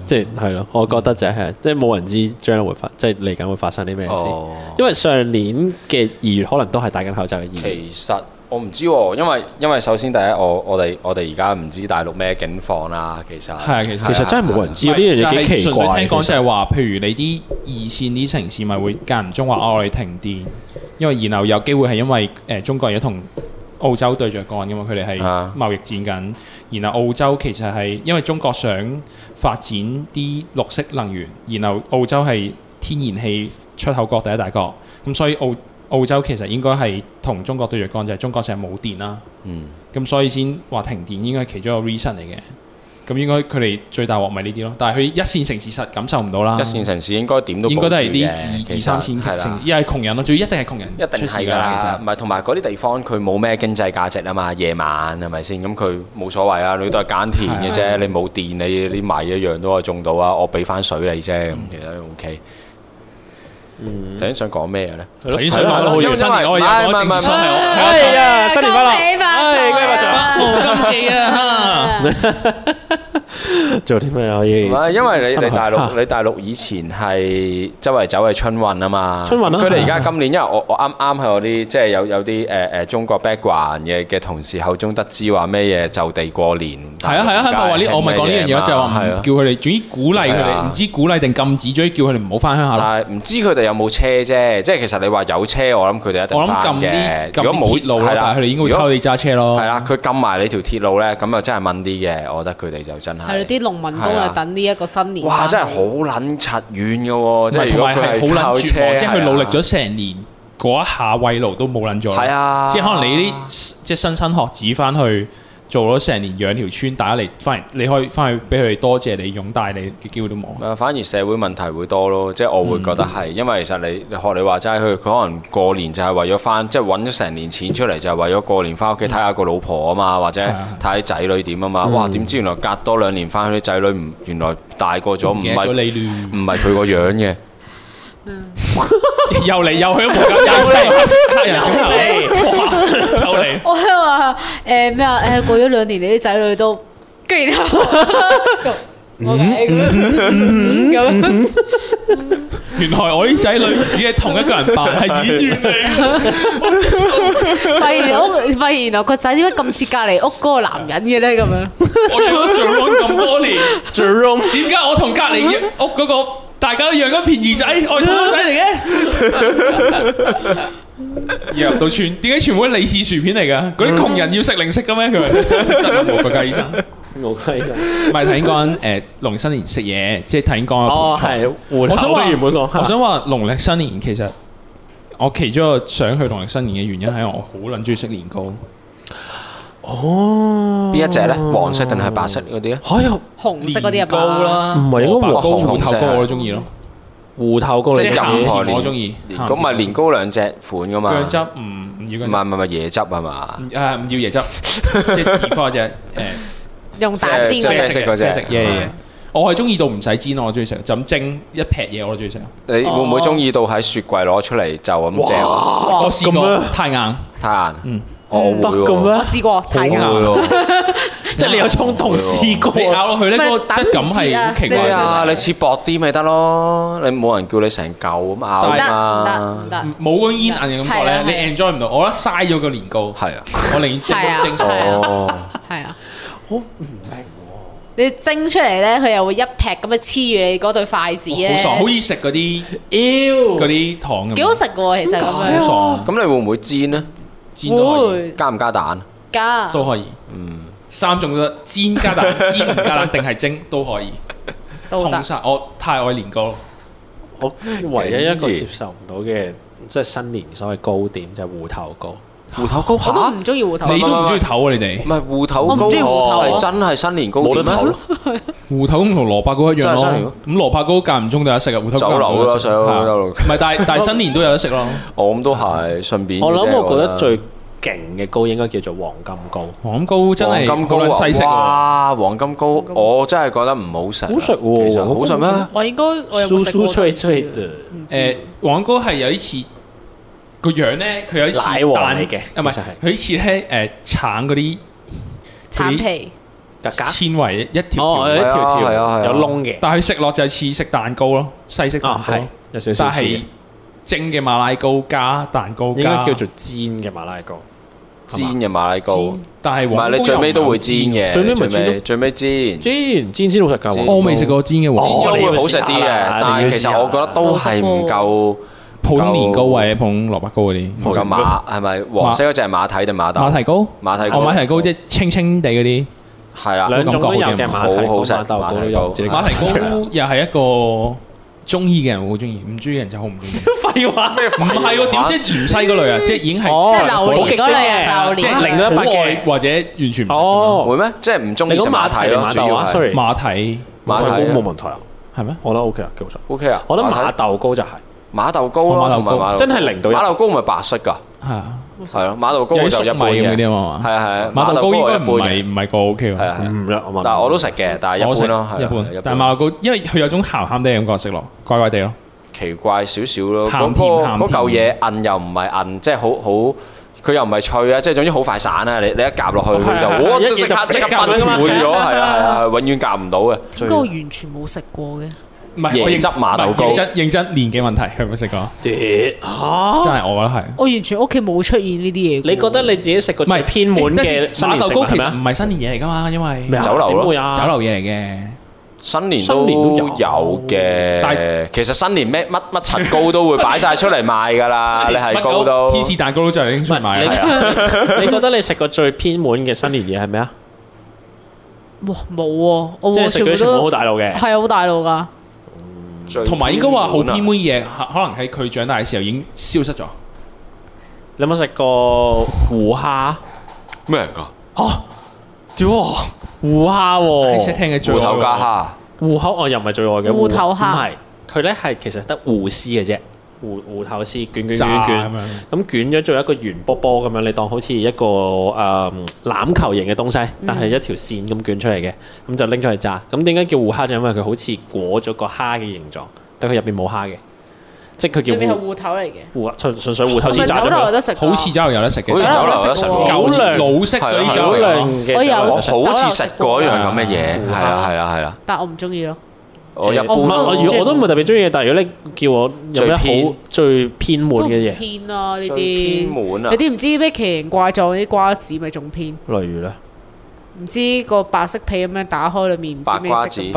D: 即係係咯，我覺得就係、即係冇人知將來會發，即係嚟緊會發生啲咩事。
B: 哦。
D: 因為上年嘅二月可能都係戴緊口罩嘅二月，
B: 其實我唔知喎，因為因為首先第一，我我哋我哋而家唔知大陸咩境況啦，其實
A: 係啊其實
D: 其實真係冇人知呢樣嘢幾奇
A: 純粹
D: 怪。
A: 聽講
D: 其
A: 就
D: 實
A: 係話，譬如你啲二線啲城市咪會間唔中話哦，我哋停電，因為然後有機會係因為誒、呃中國而家同澳洲對着幹噶嘛，佢哋係
B: 啊
A: 貿易戰緊。然後澳洲其實係因為中國想發展啲綠色能源，然後澳洲係天然氣出口國第一大國，咁所以澳澳洲其實應該係同中國對着幹，就係、中國成日冇電啦。
B: 嗯
A: 咁所以先話停電應該係其中一個 reason 嚟嘅。咁應該佢哋最大鑊咪呢啲咯，但係佢一線城市實感受唔到啦。
B: 一線城市應該點
A: 啊
B: 都
A: 應該
B: 該
A: 都係
B: 係
A: 啲二二三線城市，又係窮人咯，最一定係窮人
B: 一定
A: 出事
B: 係
A: 㗎
B: 㗎啦，
A: 啦
B: 唔。係同埋嗰啲地方佢冇咩經濟價值啊嘛，夜晚係咪先？咁佢冇所謂啊，你都係耕田嘅啫，你冇電你啲米一樣都可以種到啊，我俾翻水你啫，咁其實 OK。頭先想講咩咧？
A: 其實頭先想講我
B: 因為
A: 要新年，
B: 因為
A: 我有
B: 唔係
A: 講政治
B: 唔係
A: 新
B: 唔係
A: 係
D: 哎呀，新年快樂！
C: 恭喜發財
D: 哎恭喜發
A: 我金記啊！
D: 財！做啲咩可啊以
B: 唔？係，因為
D: 深
B: 你
D: 刻
B: 你大
D: 啊
B: 陸你大陸以前係周圍走係春運啊嘛，
D: 春運啊
B: 佢哋而家
D: 係
B: 今年，因為我我啱啱喺我啲即係有有啲誒誒中國 background 嘅嘅同事口中得知話咩嘢就地過年，
A: 係啊係啊，係咪話呢？我咪講呢樣嘢咯，就係話
B: 係
A: 唔
B: 啊。
A: 叫佢哋，總之鼓勵佢
B: 係
A: 哋，唔
B: 啊
A: 知鼓勵定禁止，總之叫佢哋唔好翻鄉下啦。
B: 但係唔知佢哋有冇車啫，即係其實你話有車，我諗佢哋一定
A: 我諗
B: 翻
A: 撳
B: 嘅
A: 啲。
B: 如
A: 撳
B: 果冇
A: 啲鐵路咯，
B: 係
A: 但
B: 啦，
A: 係佢哋應該會
B: 如果
A: 偷你揸車咯。
B: 係啊啦，佢撳埋你條鐵路咧，咁啊真係問啲嘅，我覺得佢哋就真係
C: 係咯，啲農民工
B: 係
C: 啊
B: 啊，
C: 等呢一個新年。
B: 哇真係好撚柒遠嘅喎，即係
A: 唔係
B: 如
A: 同
B: 果
A: 埋
B: 佢
A: 係好
B: 靠
A: 撚絕
B: 車
A: 望，即係佢
B: 係啊
A: 努力咗成年，嗰一下慰勞都冇撚咗。
B: 係啊
A: 即係可能你啲即係新生學子翻去做咗成年養條村，大家嚟翻嚟，你可以翻去俾佢哋多謝你擁戴你嘅機會都冇。
B: 誒，反而社會問題會多咯，即係我會覺得係，因為其實你你學你話齋，佢佢可能過年就係為咗翻，即係揾咗成年錢出嚟就係為咗過年翻屋企睇下個老婆啊嘛，或者
A: 係啊
B: 睇下啲仔女點啊嘛。哇！點知原來隔多兩年翻，佢啲仔女唔原來大個咗，唔
A: 唔記得咗
B: 係
A: 你 亂，
B: 唔係佢個樣嘅。
A: 又嚟又去 都冇搞，又嚟黑人小朋 友，哇又嚟。
C: 我係話誒咩啊？誒過咗兩年，你啲仔女都跟住然後我嘅咁樣咁樣
A: 原來我啲仔女只係同一個人扮，係演員 嚟。
C: 發現屋發現原來個仔點解咁似隔離屋嗰個男人嘅咧？咁樣
A: 我養咗 j e r o 咁多年 j e r o 點解我同隔離屋嗰個大家都養緊便宜仔，我係同學仔嚟 嘅？入到 村，點解全部都李氏薯片嚟㗎？嗰啲窮人要食零食嘅咩？佢真係無法㗎，醫生。
D: 冇規矩。
A: 唔係頭先講誒農曆新年食嘢，即係頭先講嘅
D: 哦，係換口
A: 話
D: 嘅原本講
A: 我想話農曆新年其實我其中一個想去農曆新年嘅原因係我好撚中意食年糕，
D: 哦，
B: 邊一隻咧？黃色定係白色嗰啲咧？
D: 哎呀，
C: 紅色嗰啲啊
A: 年糕
C: 嘛，
A: 啦，
D: 唔係應該
A: 蘿蔔糕、
B: 黃
A: 芋頭糕
B: 紅色
A: 我都中意咯，
D: 芋頭糕
B: 即
D: 嚟
B: 係
A: 係
B: 任
D: 嘅
A: 鹹
B: 何
A: 甜
B: 年
A: 我中意
B: 年
A: 鹹
B: 糕咪年糕兩隻款噶嘛？
A: 姜汁唔唔要姜汁
B: 唔係唔係唔係椰汁係嘛？
A: 唔，啊誒唔要椰汁，即係 d 科嗰只誒
C: 用蛋煎
B: 即
C: 嗰
B: 係
C: 隻
B: 啡。色嗯嗰隻
A: 啡色嘢
C: 係
A: 嘢。我係中意到唔使煎咯，我中意食就咁蒸一劈嘢我都中意食。
B: 你會唔會中意到喺雪櫃攞出嚟就咁嚼？
C: 哇
A: 我試過
D: 咁
B: 啊
D: 咩
A: 太硬，
B: 太硬
A: 嗯，
B: 我會
D: 得嘅
B: 喎
D: 咩
C: 我？試過
B: 我
C: 睇
B: 會
C: 㗎，
B: 喎
D: 即係你有衝動試過
A: 你咬落去咧嗰個質感係好奇
B: 啊
A: 怪
B: 咩
C: 咩
A: 嘅。
B: 啊？
C: 啊
B: 你切薄啲咪得咯？你冇人叫你成嚿咁咬
C: 唔
B: 㗎
C: 得唔得
B: 嘛
C: 唔？得，
A: 冇嗰煙韌嘅
C: 係啊
A: 感覺咧，你 enjoy 唔到。我覺得嘥咗個年糕，
B: 係啊，
A: 我寧願蒸
C: 係啊
A: 蒸熟。
C: 係啊
B: 哦。
C: 係啊。
D: 好唔
C: 你蒸出嚟咧，佢又會一劈咁樣黐住你嗰對筷子咧，
A: 好爽，好易食嗰啲嗰
D: 妖，
A: 啲糖咁樣，
C: 幾好食嘅喎，其實咁
A: 好
C: 樣
A: 爽，
B: 咁你會唔會煎呢？
A: 煎都可以，
C: 會
B: 加唔加蛋？
C: 加
A: 都可以，嗯，三種都得，煎加 蛋，煎唔加蛋，定係蒸都可以，
C: 都
A: 通
C: 得。
A: 晒。我太愛年糕，
D: 我唯一一個接受唔到嘅，即係新年所謂糕點就係芋頭糕。
B: 芋頭糕
C: 我都
B: 嚇，
C: 唔中意芋頭，
A: 你都
C: 唔
A: 唔中意頭啊？你哋
B: 唔係芋頭
C: 我唔
B: 糕
C: 中意芋頭
B: 係
C: 啊
B: 真係新年糕
D: 冇得
B: 點咩
D: 頭咯
A: 芋頭同蘿蔔糕一樣
B: 真係真係
A: 咯，咁蘿蔔糕間唔中都有得食啊，芋頭糕間唔中有得食
B: 酒樓咯上酒
A: 係
B: 樓
A: 啊唔係，但係 但係新年都有得食咯，
B: 我咁都係順便啫。
D: 我諗我覺得
B: 覺
D: 最勁嘅糕應該叫做黃金糕，
A: 黃糕真係
B: 黃金糕
A: 好撚西式喎，
B: 啊！哇，黃金糕我真係覺得唔好食啊，
D: 好食喎
B: 其實好食咩？
C: 我應該我有冇
D: 酥
C: 食過
D: 酥
C: 都唔
D: 脆
C: 知
D: 脆嘅，
A: 誒黃糕係有啲似。個樣咧，佢有啲似
D: 奶黃
A: 蛋
D: 嚟嘅
A: 啊唔
D: 其
A: 係
D: 實係
A: 佢似咧誒橙嗰啲
C: 橙皮，
D: 格格
A: 纖維一條條
D: 哦，有一條條
B: 係啊係啊係啊
D: 有窿嘅，
A: 但係佢食落就係似食蛋糕咯，西式蛋
D: 啊
A: 糕
D: 係
A: 咯，
D: 有少少
A: 但
D: 似嘅
A: 係蒸嘅馬拉糕加蛋糕
D: 應
A: 加，
D: 該叫做煎嘅馬拉糕，
B: 煎嘅馬拉糕，
A: 煎
B: 唔，
A: 但係黃
B: 係你最尾都會煎嘅，
D: 最尾咪煎
B: 最
D: 咯
B: 最尾煎。
D: 煎煎煎好食
B: 煎
D: 㗎，
A: 我未食過煎嘅
B: 煎
A: 黃
D: 哦
B: 咗
A: 糕，
D: 你要
B: 會好食啲
D: 試下
B: 嘅
D: 啦，
B: 但
D: 你要
B: 係其實
D: 試下
B: 我覺得都係唔夠
A: 普通年糕或者普通蘿蔔糕嗰
B: 唔
A: 啲，
B: 夠馬係咪黃色嗰只係馬蹄定馬豆？
A: 馬蹄糕，
B: 馬蹄糕
A: 哦馬蹄糕即係清清地嗰啲，
B: 係啊啦，
D: 兩種都有嘅
A: 好
D: 馬蹄
B: 好
D: 糕、
B: 食
D: 馬豆糕都有
B: 馬蹄。
A: 馬蹄糕又係一個中意嘅人會好中意，唔中意嘅人就好唔中意。
D: 廢話咩？
A: 唔係喎， 點即係芫西嗰類啊，即係已經係
C: 即
D: 哦
C: 係榴蓮嗰類啊，
D: 好
C: 榴蓮
D: 極端嘅即係另一
A: 好
D: 百
A: 愛
D: 嘅
A: 或者完全唔食咁樣
D: 哦，
B: 會咩？即係唔中
D: 你
B: 意食
D: 講馬
B: 馬
D: 蹄
B: 蹄
D: 定
B: 咯，
D: 馬
B: 主
D: 豆
B: 要
D: 啊
B: 係
D: ？sorry，
A: 馬蹄
B: 馬
D: 馬
B: 蹄
D: 蹄
B: 啊
D: 糕冇問題啊，
A: 係咩？
D: 我覺得 OK 啊，幾好食。
B: O K 啊，
D: 我覺得馬
B: 馬
D: 豆糕就係
B: 馬豆糕
A: 哦馬
B: 咯，
A: 豆
B: 同埋
A: 糕
B: 馬豆
D: 真係零到一
B: 馬豆糕唔係白色㗎，
A: 係啊，
B: 係咯，馬豆糕
A: 有
B: 就
A: 啲
B: 一
A: 粟
B: 般
A: 米咁嗰
B: 嘅，
A: 啲啊
B: 係
A: 嘛。
B: 啊係啊，
A: 馬
B: 馬
A: 豆
B: 豆
A: 糕
B: 糕
A: 應該唔
B: 係一般嘅
A: 係，唔係個 OK
B: 係啊
A: 喎。
B: 係啊，
D: 唔叻，嗯我
B: 但係我都食
D: 食
B: 嘅，但係
A: 我
B: 一
A: 食
B: 般咯，係
A: 一
B: 啊係啊
A: 般。但係馬豆糕，因為佢有種鹹鹹地嘅感覺，食落怪怪地咯。
B: 奇怪少少咯，嗰
A: 鹹
B: 個
A: 甜鹹
B: 嗰
A: 甜
B: 嚿嘢韌又唔係韌，即係好好，佢又唔係脆啊，即係總之好快散啊！你你一夾落去 佢
D: 係
B: 就
D: 係
B: 哇，
D: 一
B: 即
D: 嘢
B: 刻
D: 就
B: 即刻
D: 夾
B: 崩
D: 㗎嘛
B: 潰咗，係啊係啊，永遠夾唔到嘅。
C: 點解
D: 啊
C: 我完全冇食過嘅？
A: 唔係
B: 椰
A: 我認
B: 汁馬豆糕
A: 唔係認真認真年紀問題，佢有冇食過？
D: 嚇
A: 真係我覺得係。
C: 我完全屋企冇出現呢啲嘢嘅。
D: 你覺得你自己食個
A: 唔係
D: 偏門嘅
A: 但是
D: 新
A: 馬
D: 年
A: 豆
D: 食物
A: 糕
D: 係
A: 其
D: 咪
A: 實
D: 啊
A: 唔係新年嘢嚟㗎嘛，因為
D: 咩啊？
B: 酒樓咯
D: 點會啊
A: 酒樓嘢嚟嘅。
B: 新年都
D: 新年都有
B: 有
A: 但
B: 嘅，其實新年咩乜乜層糕都會擺晒出嚟賣㗎啦，啊你係高都
A: 天使蛋糕都就嚟拎出嚟賣啊
D: 你
A: 啦。
D: 你覺得你食過最偏門嘅新年嘢係咩啊？
C: 哇冇喎，我
D: 即係
C: 我
D: 食
C: 全
D: 嗰啲
C: 部
D: 全部好
C: 都
D: 大路嘅。
C: 係啊好大路㗎，
B: 最
A: 同埋應該話好偏
B: 門啊
A: 門嘢，可能喺佢長大嘅時候已經消失咗。
D: 你有冇食過胡蝦？
B: 啊咩嚟㗎？
D: 屌喎，胡蝦
A: 喺 set
D: 喎，
A: 廳嘅最
B: 芋
A: 愛
B: 頭加蝦，
D: 胡口哦我又唔係最愛嘅
C: 芋頭蝦
D: 唔係佢咧係其實得胡絲嘅啫，胡胡頭絲捲捲
A: 炸
D: 捲
A: 咁
D: 捲，
A: 樣。
D: 咁捲咗做一個圓波波咁樣，你當好似一個誒、嗯欖球形嘅東西，但係一條線咁捲出嚟嘅，咁就拎出嚟炸。咁點解叫胡蝦就因為佢好似裹咗個蝦嘅形狀，但佢入邊冇蝦嘅，即係佢
C: 裏面
D: 叫
C: 係
D: 胡
C: 芋頭嚟嘅。
D: 胡純純粹胡頭
C: 我咪
D: 絲炸
C: 酒
D: 咗
C: 樓有
D: 佢。
C: 得食㗎，
A: 好似酒樓有得食嘅，
B: 好似酒
C: 有
B: 樓有得食喎，
D: 酒樓
A: 舊老式嗰啲酒
D: 少
A: 樓嚟
D: 量
A: 㗎。
D: 嘅
C: 我有
B: 我
D: 就
C: 食酒
B: 好
C: 樓
B: 似食過一樣咁嘅嘢，
D: 食過
B: 係啦係啦係啦，
C: 但我唔中意咯。
B: 我一
D: 我唔
B: 般
D: 係我如果我都唔係特別中意，但係如果你叫我有
B: 最
D: 咩好
B: 偏
D: 最偏門嘅嘢，
C: 偏啦呢
B: 最
C: 啲，
B: 偏
C: 你
B: 門啊。
C: 啲唔知咩奇形怪狀嗰啲瓜子咪仲偏，
D: 例如咧
C: 唔知個白色皮咁樣打開裏面唔知咩
B: 白瓜
C: 色
B: 子
C: 咁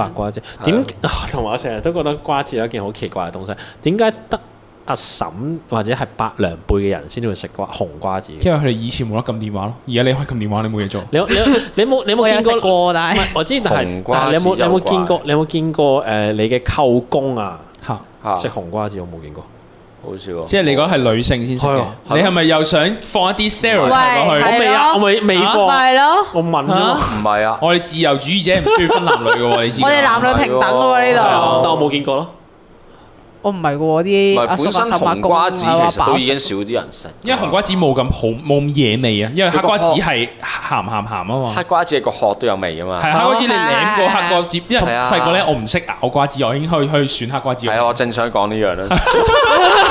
D: 啊白瓜啫。點同埋我成日都覺得瓜子係一件好奇怪嘅東西，點解得阿嬸或者係伯娘輩嘅人先至會食瓜紅瓜子嘅。
A: 因為佢哋以前冇得撳電話咯，而家你可以撳電話，你冇嘢做。
D: 你有你有你冇你 有
C: 我有
D: 冇
C: 食
D: 見過？
C: 過，但係
D: 唔係我知，但係
B: 紅瓜
D: 但係你有
B: 子
D: 冇
B: 就
D: 你有冇
B: 怪
D: 見過？你有冇見過誒你嘅舅公啊
A: 嚇，
B: 嚇
D: 食紅瓜子？我冇見過。
B: 好笑喎。
A: 即係你講係女性先食
D: 係
A: 嘅
D: 啊，
A: 你係咪又想放一啲 stereotype 落
C: 喂係
A: 去？
D: 我未啊，
C: 咯
D: 我未未
A: 啊
D: 放，
C: 咪係咯，
D: 我問啫嘛
A: 啊。
B: 唔係啊？
A: 我哋自由主義者唔中意分男女嘅 喎，你知㗎。
C: 我哋男女平等嘅喎
B: 係啊
C: 呢
D: 但
C: 度。
D: 我冇見過咯。
C: 我唔係喎
B: 唔
C: 啲
B: 係
C: 阿
B: 本
C: 叔
B: 身
C: 阿嬸阿
B: 紅
C: 公
B: 瓜
C: 啊
B: 子
C: 阿
B: 其實
C: 爸
B: 都已經少啲人食，
A: 因為紅瓜子冇咁好，冇咁惹味啊，因為黑瓜子係鹹鹹鹹啊嘛。
B: 黑瓜子個殼都有味噶嘛。
A: 係黑瓜子，你舐過黑瓜子，因為
B: 係啊
A: 細個咧我唔識咬瓜子，我已經去去選黑瓜子。
B: 係啊，我正想講 呢樣啦。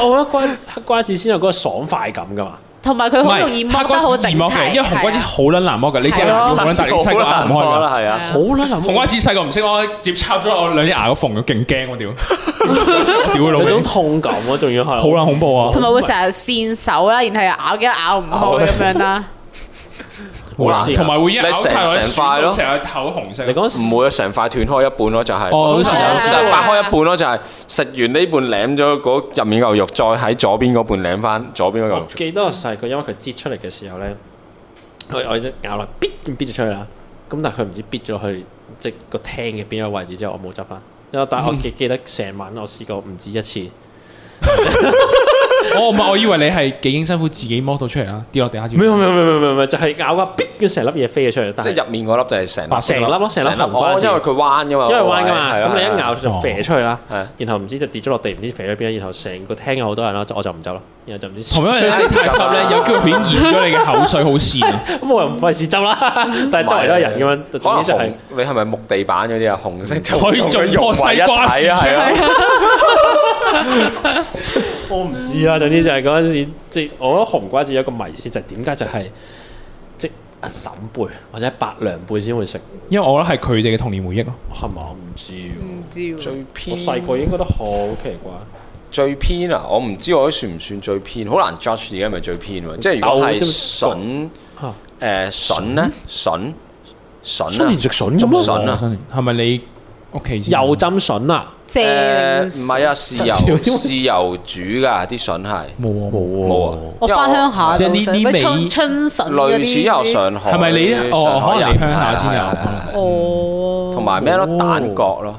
D: 我覺得瓜黑瓜子先有嗰個爽快感噶嘛。
C: 同埋佢
A: 唔
C: 好
A: 係
C: 容易
A: 黑
C: 剝
A: 瓜
C: 得好
A: 子
C: 整
A: 易剝嘅，
C: 齊，
A: 因為紅瓜子
C: 係啊
A: 好撚難剝嘅，你隻牙要好撚大，你西瓜咬唔 開㗎。
B: 啦，係啊。
D: 好啦，諗
A: 紅瓜子細個唔識，我直接插咗我兩隻牙個縫，我勁驚我 屌，我屌佢老
D: 有種
A: 味，
D: 痛感咯，仲要係
A: 好撚恐怖啊！
C: 同埋會成日跣手啦，然後又咬幾咬唔開咁樣啦。
A: 好
D: 好
A: 難，
D: 難
A: 同埋會一咬
B: 你成
A: 太耐
B: 成塊咯
A: 成日口紅色。
D: 你講
B: 唔會啊，成塊斷開一半咯，就係、
A: 哦好
B: 通
A: 似
B: 常
A: 有
B: 就
C: 少
B: 係
C: 少
B: 掰開一半咯，就係、食完呢半舐咗嗰入面嚿肉，再喺左邊嗰半舐翻左邊嗰嚿
D: 我
B: 肉。
D: 記得我細個，因為佢擠出嚟嘅時候咧，我我一咬落，必咁必咗出去啦。咁但係佢唔知必咗去即係個廳嘅邊一個位置之後，我冇執翻。因為但係 我記記得成晚我試過唔止一次，
A: 哦我唔係，我以為你係幾經辛苦自己摸到出嚟啦，跌落地下照。
D: 唔係唔係唔係唔係唔係，就係咬啊，必咁成粒嘢飛咗出嚟。但
B: 即
D: 係
B: 係入面嗰粒就係成
D: 白成粒咯，成粒紅瓜
B: 哦
D: 子
B: 因為佢彎噶嘛，
D: 因為彎噶嘛，
B: 係啦
D: 咁你一
B: 係啦啊
D: 咬就飛出去啦
B: 係，啊
D: 然後唔知就跌咗落地，唔知飛咗邊，然後成個廳有好多人啦，就我就唔走啦，然後就唔知
A: 同因為你太濕咧，有機會顯染咗你嘅口水好跣啊！
D: 咁我又唔費事走啦，但係周圍都係人咁樣，
B: 可
D: 總
B: 能
D: 之就係
B: 紅你係咪木地板嗰啲啊？紅色就
A: 可以做棵西瓜樹
B: 係啊係啊，
D: 我唔知啦，總之就係嗰陣時，即係我覺得紅瓜子有一個迷思，就係點解就係即係阿嬸輩或者伯娘輩先會食，
A: 因為我覺得係佢哋嘅童年回憶咯。
D: 係嘛？我唔知喎，
C: 唔知喎，
B: 最
D: 我
B: 偏
D: 細個應該都好奇怪，
B: 最偏啊！我唔知我算唔算最偏，好難 judge 而家係咪最偏
D: 嗯
B: 喎。即係如果係筍
D: 嚇
B: 誒筍
D: 啊
B: 咧，筍筍啊！
D: 食筍
B: 咩
D: 咁
B: 筍啊
A: 新年係咪你屋企先
D: 又浸筍啊？
C: 借
B: 誒
C: 零
B: 唔係啊，豉油 豉油煮㗎啲筍係
A: 冇
B: 冇啊，
D: 哦
C: 我翻鄉下
A: 即係
C: 就
A: 呢呢
C: 想
A: 味
C: 咩春春筍嗰啲
B: 類似有上海，
A: 係咪你哦
B: 上海人
A: 可能你鄉下先有
B: 係啊啊係啊係啊係啊
C: 哦，
B: 同埋咩咯
D: 哦
B: 蛋角咯。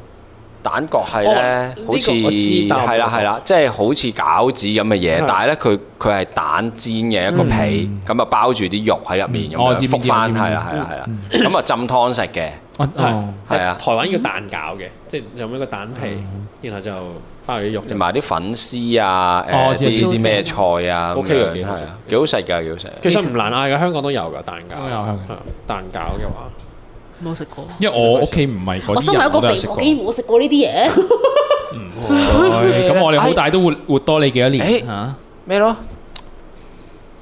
B: 蛋角係
D: 哦
B: 咧
D: 呢，
B: 好似
D: 個我知嗯但我
B: 係啦
D: 冇
B: 係啦，即係好似餃子咁嘅嘢
D: 係，
B: 但係咧佢佢係蛋煎嘅一個皮，
D: 嗯
B: 咁啊包住啲肉喺入面咁
A: 嗯我知
B: 樣
A: 邊啲
B: 覆翻，
A: 我知邊啲
B: 係啦係啦係啦，咁啊浸湯食嘅，
A: 啊哦
B: 係啊
D: 台灣叫蛋餃嘅，即係有咩個蛋皮，然後就包住啲肉啫
B: 同。埋啲粉絲啊，
A: 哦
B: 誒
A: 知知
B: 啲啲
C: 知
B: 咩菜啊咁
D: OK 嘅
B: 樣，
D: 幾
B: 係
D: 好食
B: 啊幾好食㗎幾好食㗎。
D: 其實唔難嗌嘅，香港都有㗎蛋餃。
A: 都有香港
D: 係蛋餃嘅話，
C: 冇食過。
A: 因為我屋企唔係嗰
C: 我身
A: 啲
C: 為一
A: 人，
C: 個
A: 我都有
C: 肥
A: 食過
C: 婆，。竟然冇食過呢啲嘢。
A: 係咁我哋好大都活活多你幾多年
B: 哎
A: 嚇。
B: 咩咯？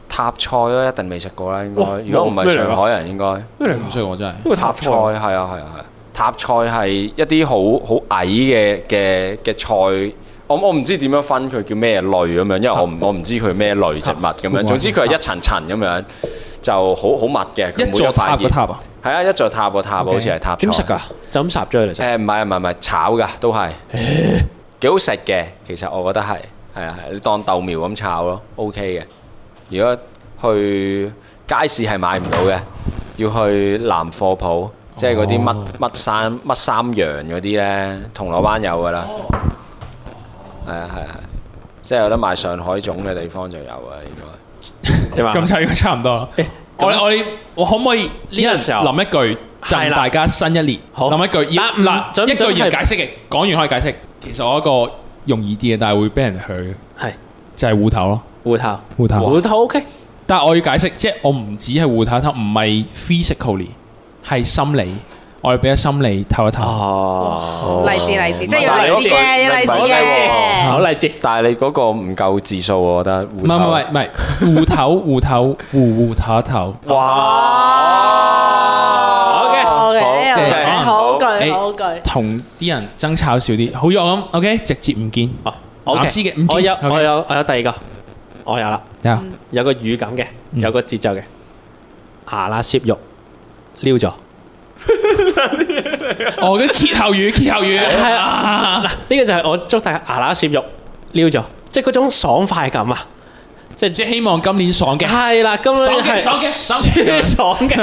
B: 塔菜咯，一定未食過啦，應該
D: 哇。
B: 如果唔係
D: 咩嚟㗎
B: 上海人應該
A: 咩唔衰我真係。
D: 因為
B: 塔菜係啊係啊係啊。塔菜係一啲好好矮嘅嘅嘅菜，我我唔知點樣分佢叫咩類咁樣，因為我唔我唔知佢咩類植物咁
A: 啊
B: 樣。總之佢係一層層咁樣，就好好密嘅。佢
A: 一
B: 每
A: 座塔
B: 塊葉
A: 個塔啊，
B: 係啊，一座塔個塔好似係塔菜。
D: 點食？㗎？就咁烚咗佢嚟食。
B: 誒唔係唔係唔係炒㗎，都係幾好食嘅。其實我覺得係係啊係，你當豆苗咁炒咯，OK 嘅。如果去街市係買唔到嘅，要去南貨鋪，即係嗰啲乜乜三乜三洋嗰啲呢，銅鑼灣有㗎啦。係啊係啊係，即係有得賣上海種嘅地方就有啊，應該。
D: 點啊？
A: 咁就應該差唔多啦。我哋我哋我可唔可以呢一
D: 呢個時候
A: 諗一句，贈
D: 係啦
A: 大家新一年，
D: 好
A: 諗一句要
D: 嗱唔
A: 嗱
D: 準
A: 一句
D: 準
A: 要
D: 係
A: 解釋嘅，講完可以解釋。其實我一個容易啲嘅，但係會俾人去嘅，
D: 係
A: 就係芋頭咯。
D: 芋頭，
A: 芋頭
D: 芋頭 OK。
A: 但係我要解釋，即係我唔止係芋頭頭，唔係 physically，係心理。我哋俾咗心理唞一唞。
D: 哦
C: 荔枝荔枝，即係
B: 但係
C: 要
B: 你
C: 荔枝嘅，要荔枝
B: 嗰句
C: 嘅。
D: 好荔枝，
B: 但係你嗰個唔夠字數喎，我覺得。唔
A: 唔係唔係唔係，芋頭芋頭芋芋頭頭。
D: OK，
C: 好嘅，
B: 好
A: 謝謝
C: 好句，
A: 你
C: 好句。
A: 同啲人爭吵少啲，好似我咁，OK，直接唔見。
D: 哦，OK
A: 藍絲嘅唔見
D: 我有
A: OK
D: 我有我有第二個，我有啦，
A: 啊
D: 有個語感嘅，
A: 嗯
D: 有個節奏嘅，牙罅攝肉撩咗，
A: 哦，嗰啲歇後語，歇後語，係啊，
D: 呢個就係我祝大家牙罅攝肉撩咗，即係嗰種爽快感啊！
A: 即係希望今年爽嘅。
D: 係啦，咁
A: 爽
D: 樣
A: 嘅
D: 係
A: 爽嘅爽嘅
D: 爽嘅。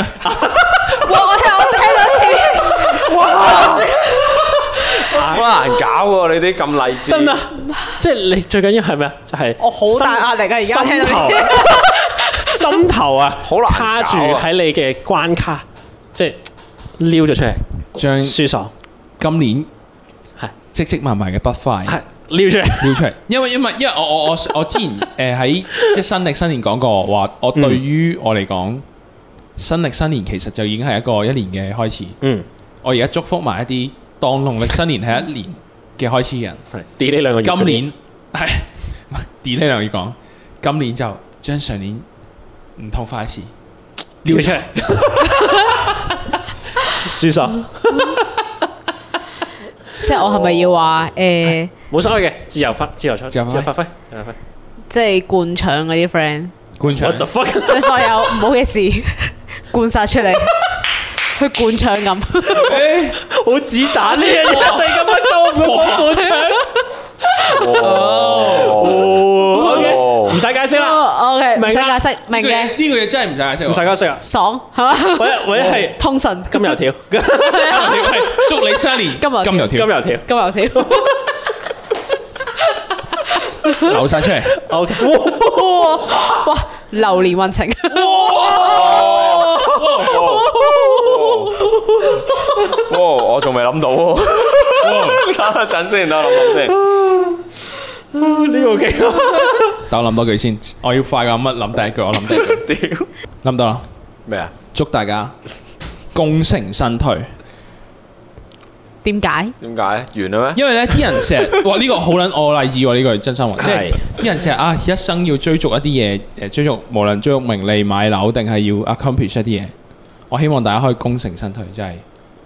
C: 哇！我聽我聽到前面
B: 好難搞喎！你啲咁勵志，
D: 真啊！即係你最緊要係咩啊？就係
C: 我好大壓力啊而家
D: 心
C: 聽到
D: 頭心頭啊，
B: 好難搞啊
D: 卡住喺你嘅關卡，即係撩咗出嚟，
A: 將
D: 舒爽
A: 今年
D: 係
A: 積積埋埋嘅不快
D: 係撩出嚟，
A: 撩出嚟，因為因為因為我我我我之前 誒喺即係新歷新年講過話，我
D: 嗯
A: 對於我嚟講，新歷新年其實就已經係一個一年嘅開始。
D: 嗯，
A: 我而家祝福埋一啲當農曆新年係一年嘅開始嘅人，
D: 係 delay 兩個月嗰啲。
A: 今年係 delay 兩要講，今年就將上年唔痛快嘅事
D: 撩出嚟，舒爽，
C: 即係我係咪要話誒，
D: 冇所謂嘅，自由發自由出，
A: 自
D: 自
A: 由
D: 由
A: 發揮
D: 發揮，自由發揮。
C: 即係灌腸嗰啲 friend，
A: 官場
D: What the fuck？
C: 將所有唔好嘅事灌晒出嚟，去灌腸咁。哎
D: 好子彈呢樣嘢，突然間乜都唔講半場，
B: 哦
D: 唔使解釋啦，
C: O K，唔
D: 明
C: 使解
D: 啦
C: 釋，
A: 呢
C: 明
A: 個嘢
C: 嘅，
A: 呢個嘢真係唔使解釋
D: 唔使
A: 喎。
D: 解釋啦，
C: 爽係嘛？
D: 或者或者係
C: 通 順
D: 金油條，
A: 祝你新年
C: 今日
A: 金油
D: 金
A: 條
D: 油條。
C: 金油條，
A: 流晒出嚟，
D: O K，
C: 哇 哇！流年運程，
B: 哇！我仲未諗到喎，等一陣先，等我諗諗先。
D: 呢個 O K
A: 等我諗多句先，我要快咁乜諗第一句，我諗第 一句，諗到啦，
B: 咩啊？
A: 祝大家功成身退。
C: 點解？
B: 點解？完啦咩？
A: 因為咧啲人 成日，哇呢、個好撚我勵志喎，呢句真心話，即係
D: 係
A: 啲人成日啊一生要追逐一啲嘢，誒追逐無論追逐名利、買樓定係要 accomplish 一啲嘢，我希望大家可以功成身退，真係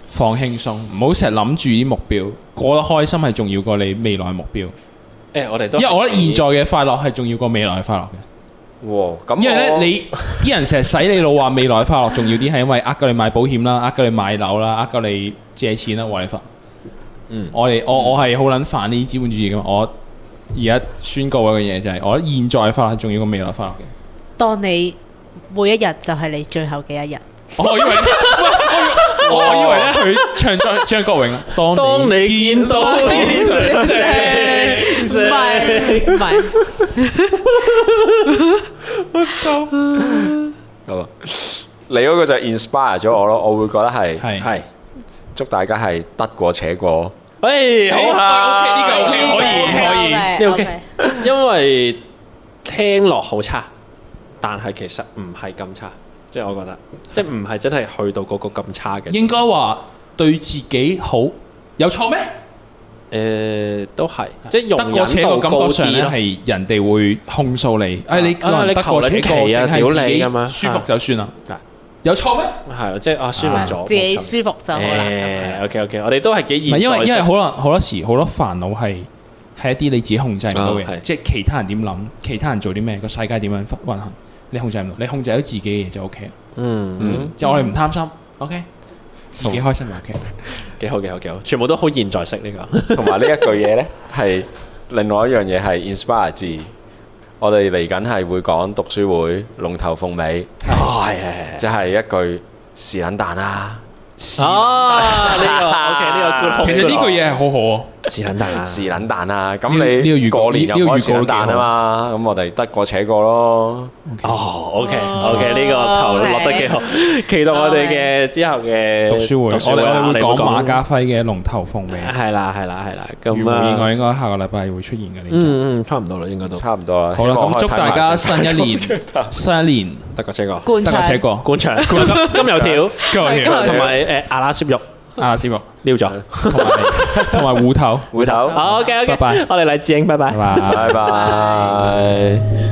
A: 放輕鬆，唔好成日諗住啲目標，過得開心係重要過你未來目標，
D: 誒，我哋都
A: 因為我覺得現在嘅快樂係重要過未來嘅快樂嘅，
B: 哇！咁
A: 因為咧
B: 我
A: 你啲人成日洗你腦話未來嘅快樂重要啲，係因為呃夠你買保險啦，呃夠你買樓啦，呃夠你借錢啦，話你發。我哋我我係好撚煩呢啲資本主義噶嘛，我而家宣告一樣嘢就係，我覺得現在快樂仲要過未來快樂嘅。
C: 當你每一日就係你最後嘅一日，
A: 我以為，我我以為咧佢唱張張國榮啊，當
D: 當
A: 你
D: 你見到你想食
C: 唔係唔 係，
B: 咁啊，你嗰個就 inspire 咗我咯，我會覺得係
A: 係
D: 係，
B: 祝大家係得過且過。
D: 誒好啊，
A: 啊呢個 OK 呢個 OK 可以
C: 啊
A: 可以，
D: 呢個 OK，因為聽落好差，但係其實唔係咁差，即係我覺得，即係唔係真係去到嗰個咁差嘅。
A: 應該話對自己好，有錯咩？
D: 誒都係，即係容
A: 得過且
D: 忍
A: 過
D: 度
A: 感
D: 高
A: 覺上
D: 啲
A: 咧
D: 咯。
A: 係人哋會控訴你，誒你個
D: 啊
A: 人
D: 你
A: 得過且過，
D: 求撚其
A: 淨
D: 啊
A: 係自
D: 屌
A: 己
D: 你咁樣
A: 舒服就算啦
D: 係。
A: 有錯咩？
D: 係咯，即係啊，舒服咗，
C: 自己舒服就好啦。
D: 誒，OK OK，我哋都係幾
A: 唔係
D: 現
A: 因為因為
D: 為
A: 好多好多時好多煩惱係係一啲你自己控制唔到嘅，
D: 啊係
A: 即係其他人點諗，其他人做啲咩，個世界點樣運行，你控制唔到，你控制到自己嘅嘢就 O K 啦。
D: 嗯，
A: 即係我哋唔貪心，O K，自己開心就 O K。
D: 幾好幾好幾好，全部都好現在式呢
A: 嗯
D: 個。
B: 同埋呢一句嘢呢，係另外一樣嘢係 inspire 自我哋嚟緊係會講讀書會龍頭鳳尾，
D: 哦係
B: 即係一句是撚蛋啦，
D: 係啊， 呢個 OK 呢個 good 好。
A: 其實呢句嘢係好好啊，
D: 是撚蛋啦，
B: 是撚蛋啦。咁
A: 呢呢個
B: 你
A: 預告
B: 過
A: 呢
B: 年又
A: 呢個
B: 唔可以
A: 預
B: 是
A: 告都
B: 撚
A: 幾好
B: 蛋啊嘛，咁我哋得過且過咯。
D: 哦，OK OK，呢個頭落得幾好， 期待我哋嘅之後嘅
A: 讀書會，我哋
D: 啊
A: 我哋會講馬家
D: 家，
A: 輝嘅《龍頭鳳尾》，啊
D: 係啦係啦係啦，
A: 如
D: 咁
A: 無意
D: 啊，
A: 外應該下個禮拜會出現嘅呢集。
D: 嗯嗯，差唔多啦，應該都
B: 差唔多啦。
A: 好啦，
B: 希望
A: 咁
B: 可以
A: 祝
B: 睇
A: 大
B: 埋
A: 家
B: 隻
A: 新一 年新一年
D: 得個車個
C: 灌
A: 得過且
C: 腸，
A: 過，
D: 官場金油條
A: 今日
C: 今日
D: 同埋誒阿拉攝肉
A: 啊師傅，
D: 撩咗。
A: 同埋同 埋芋頭，
B: 回頭，
D: 好，OK OK，
A: 啊拜拜
D: 我哋黎智英，拜拜
A: 拜。拜。
B: 拜拜。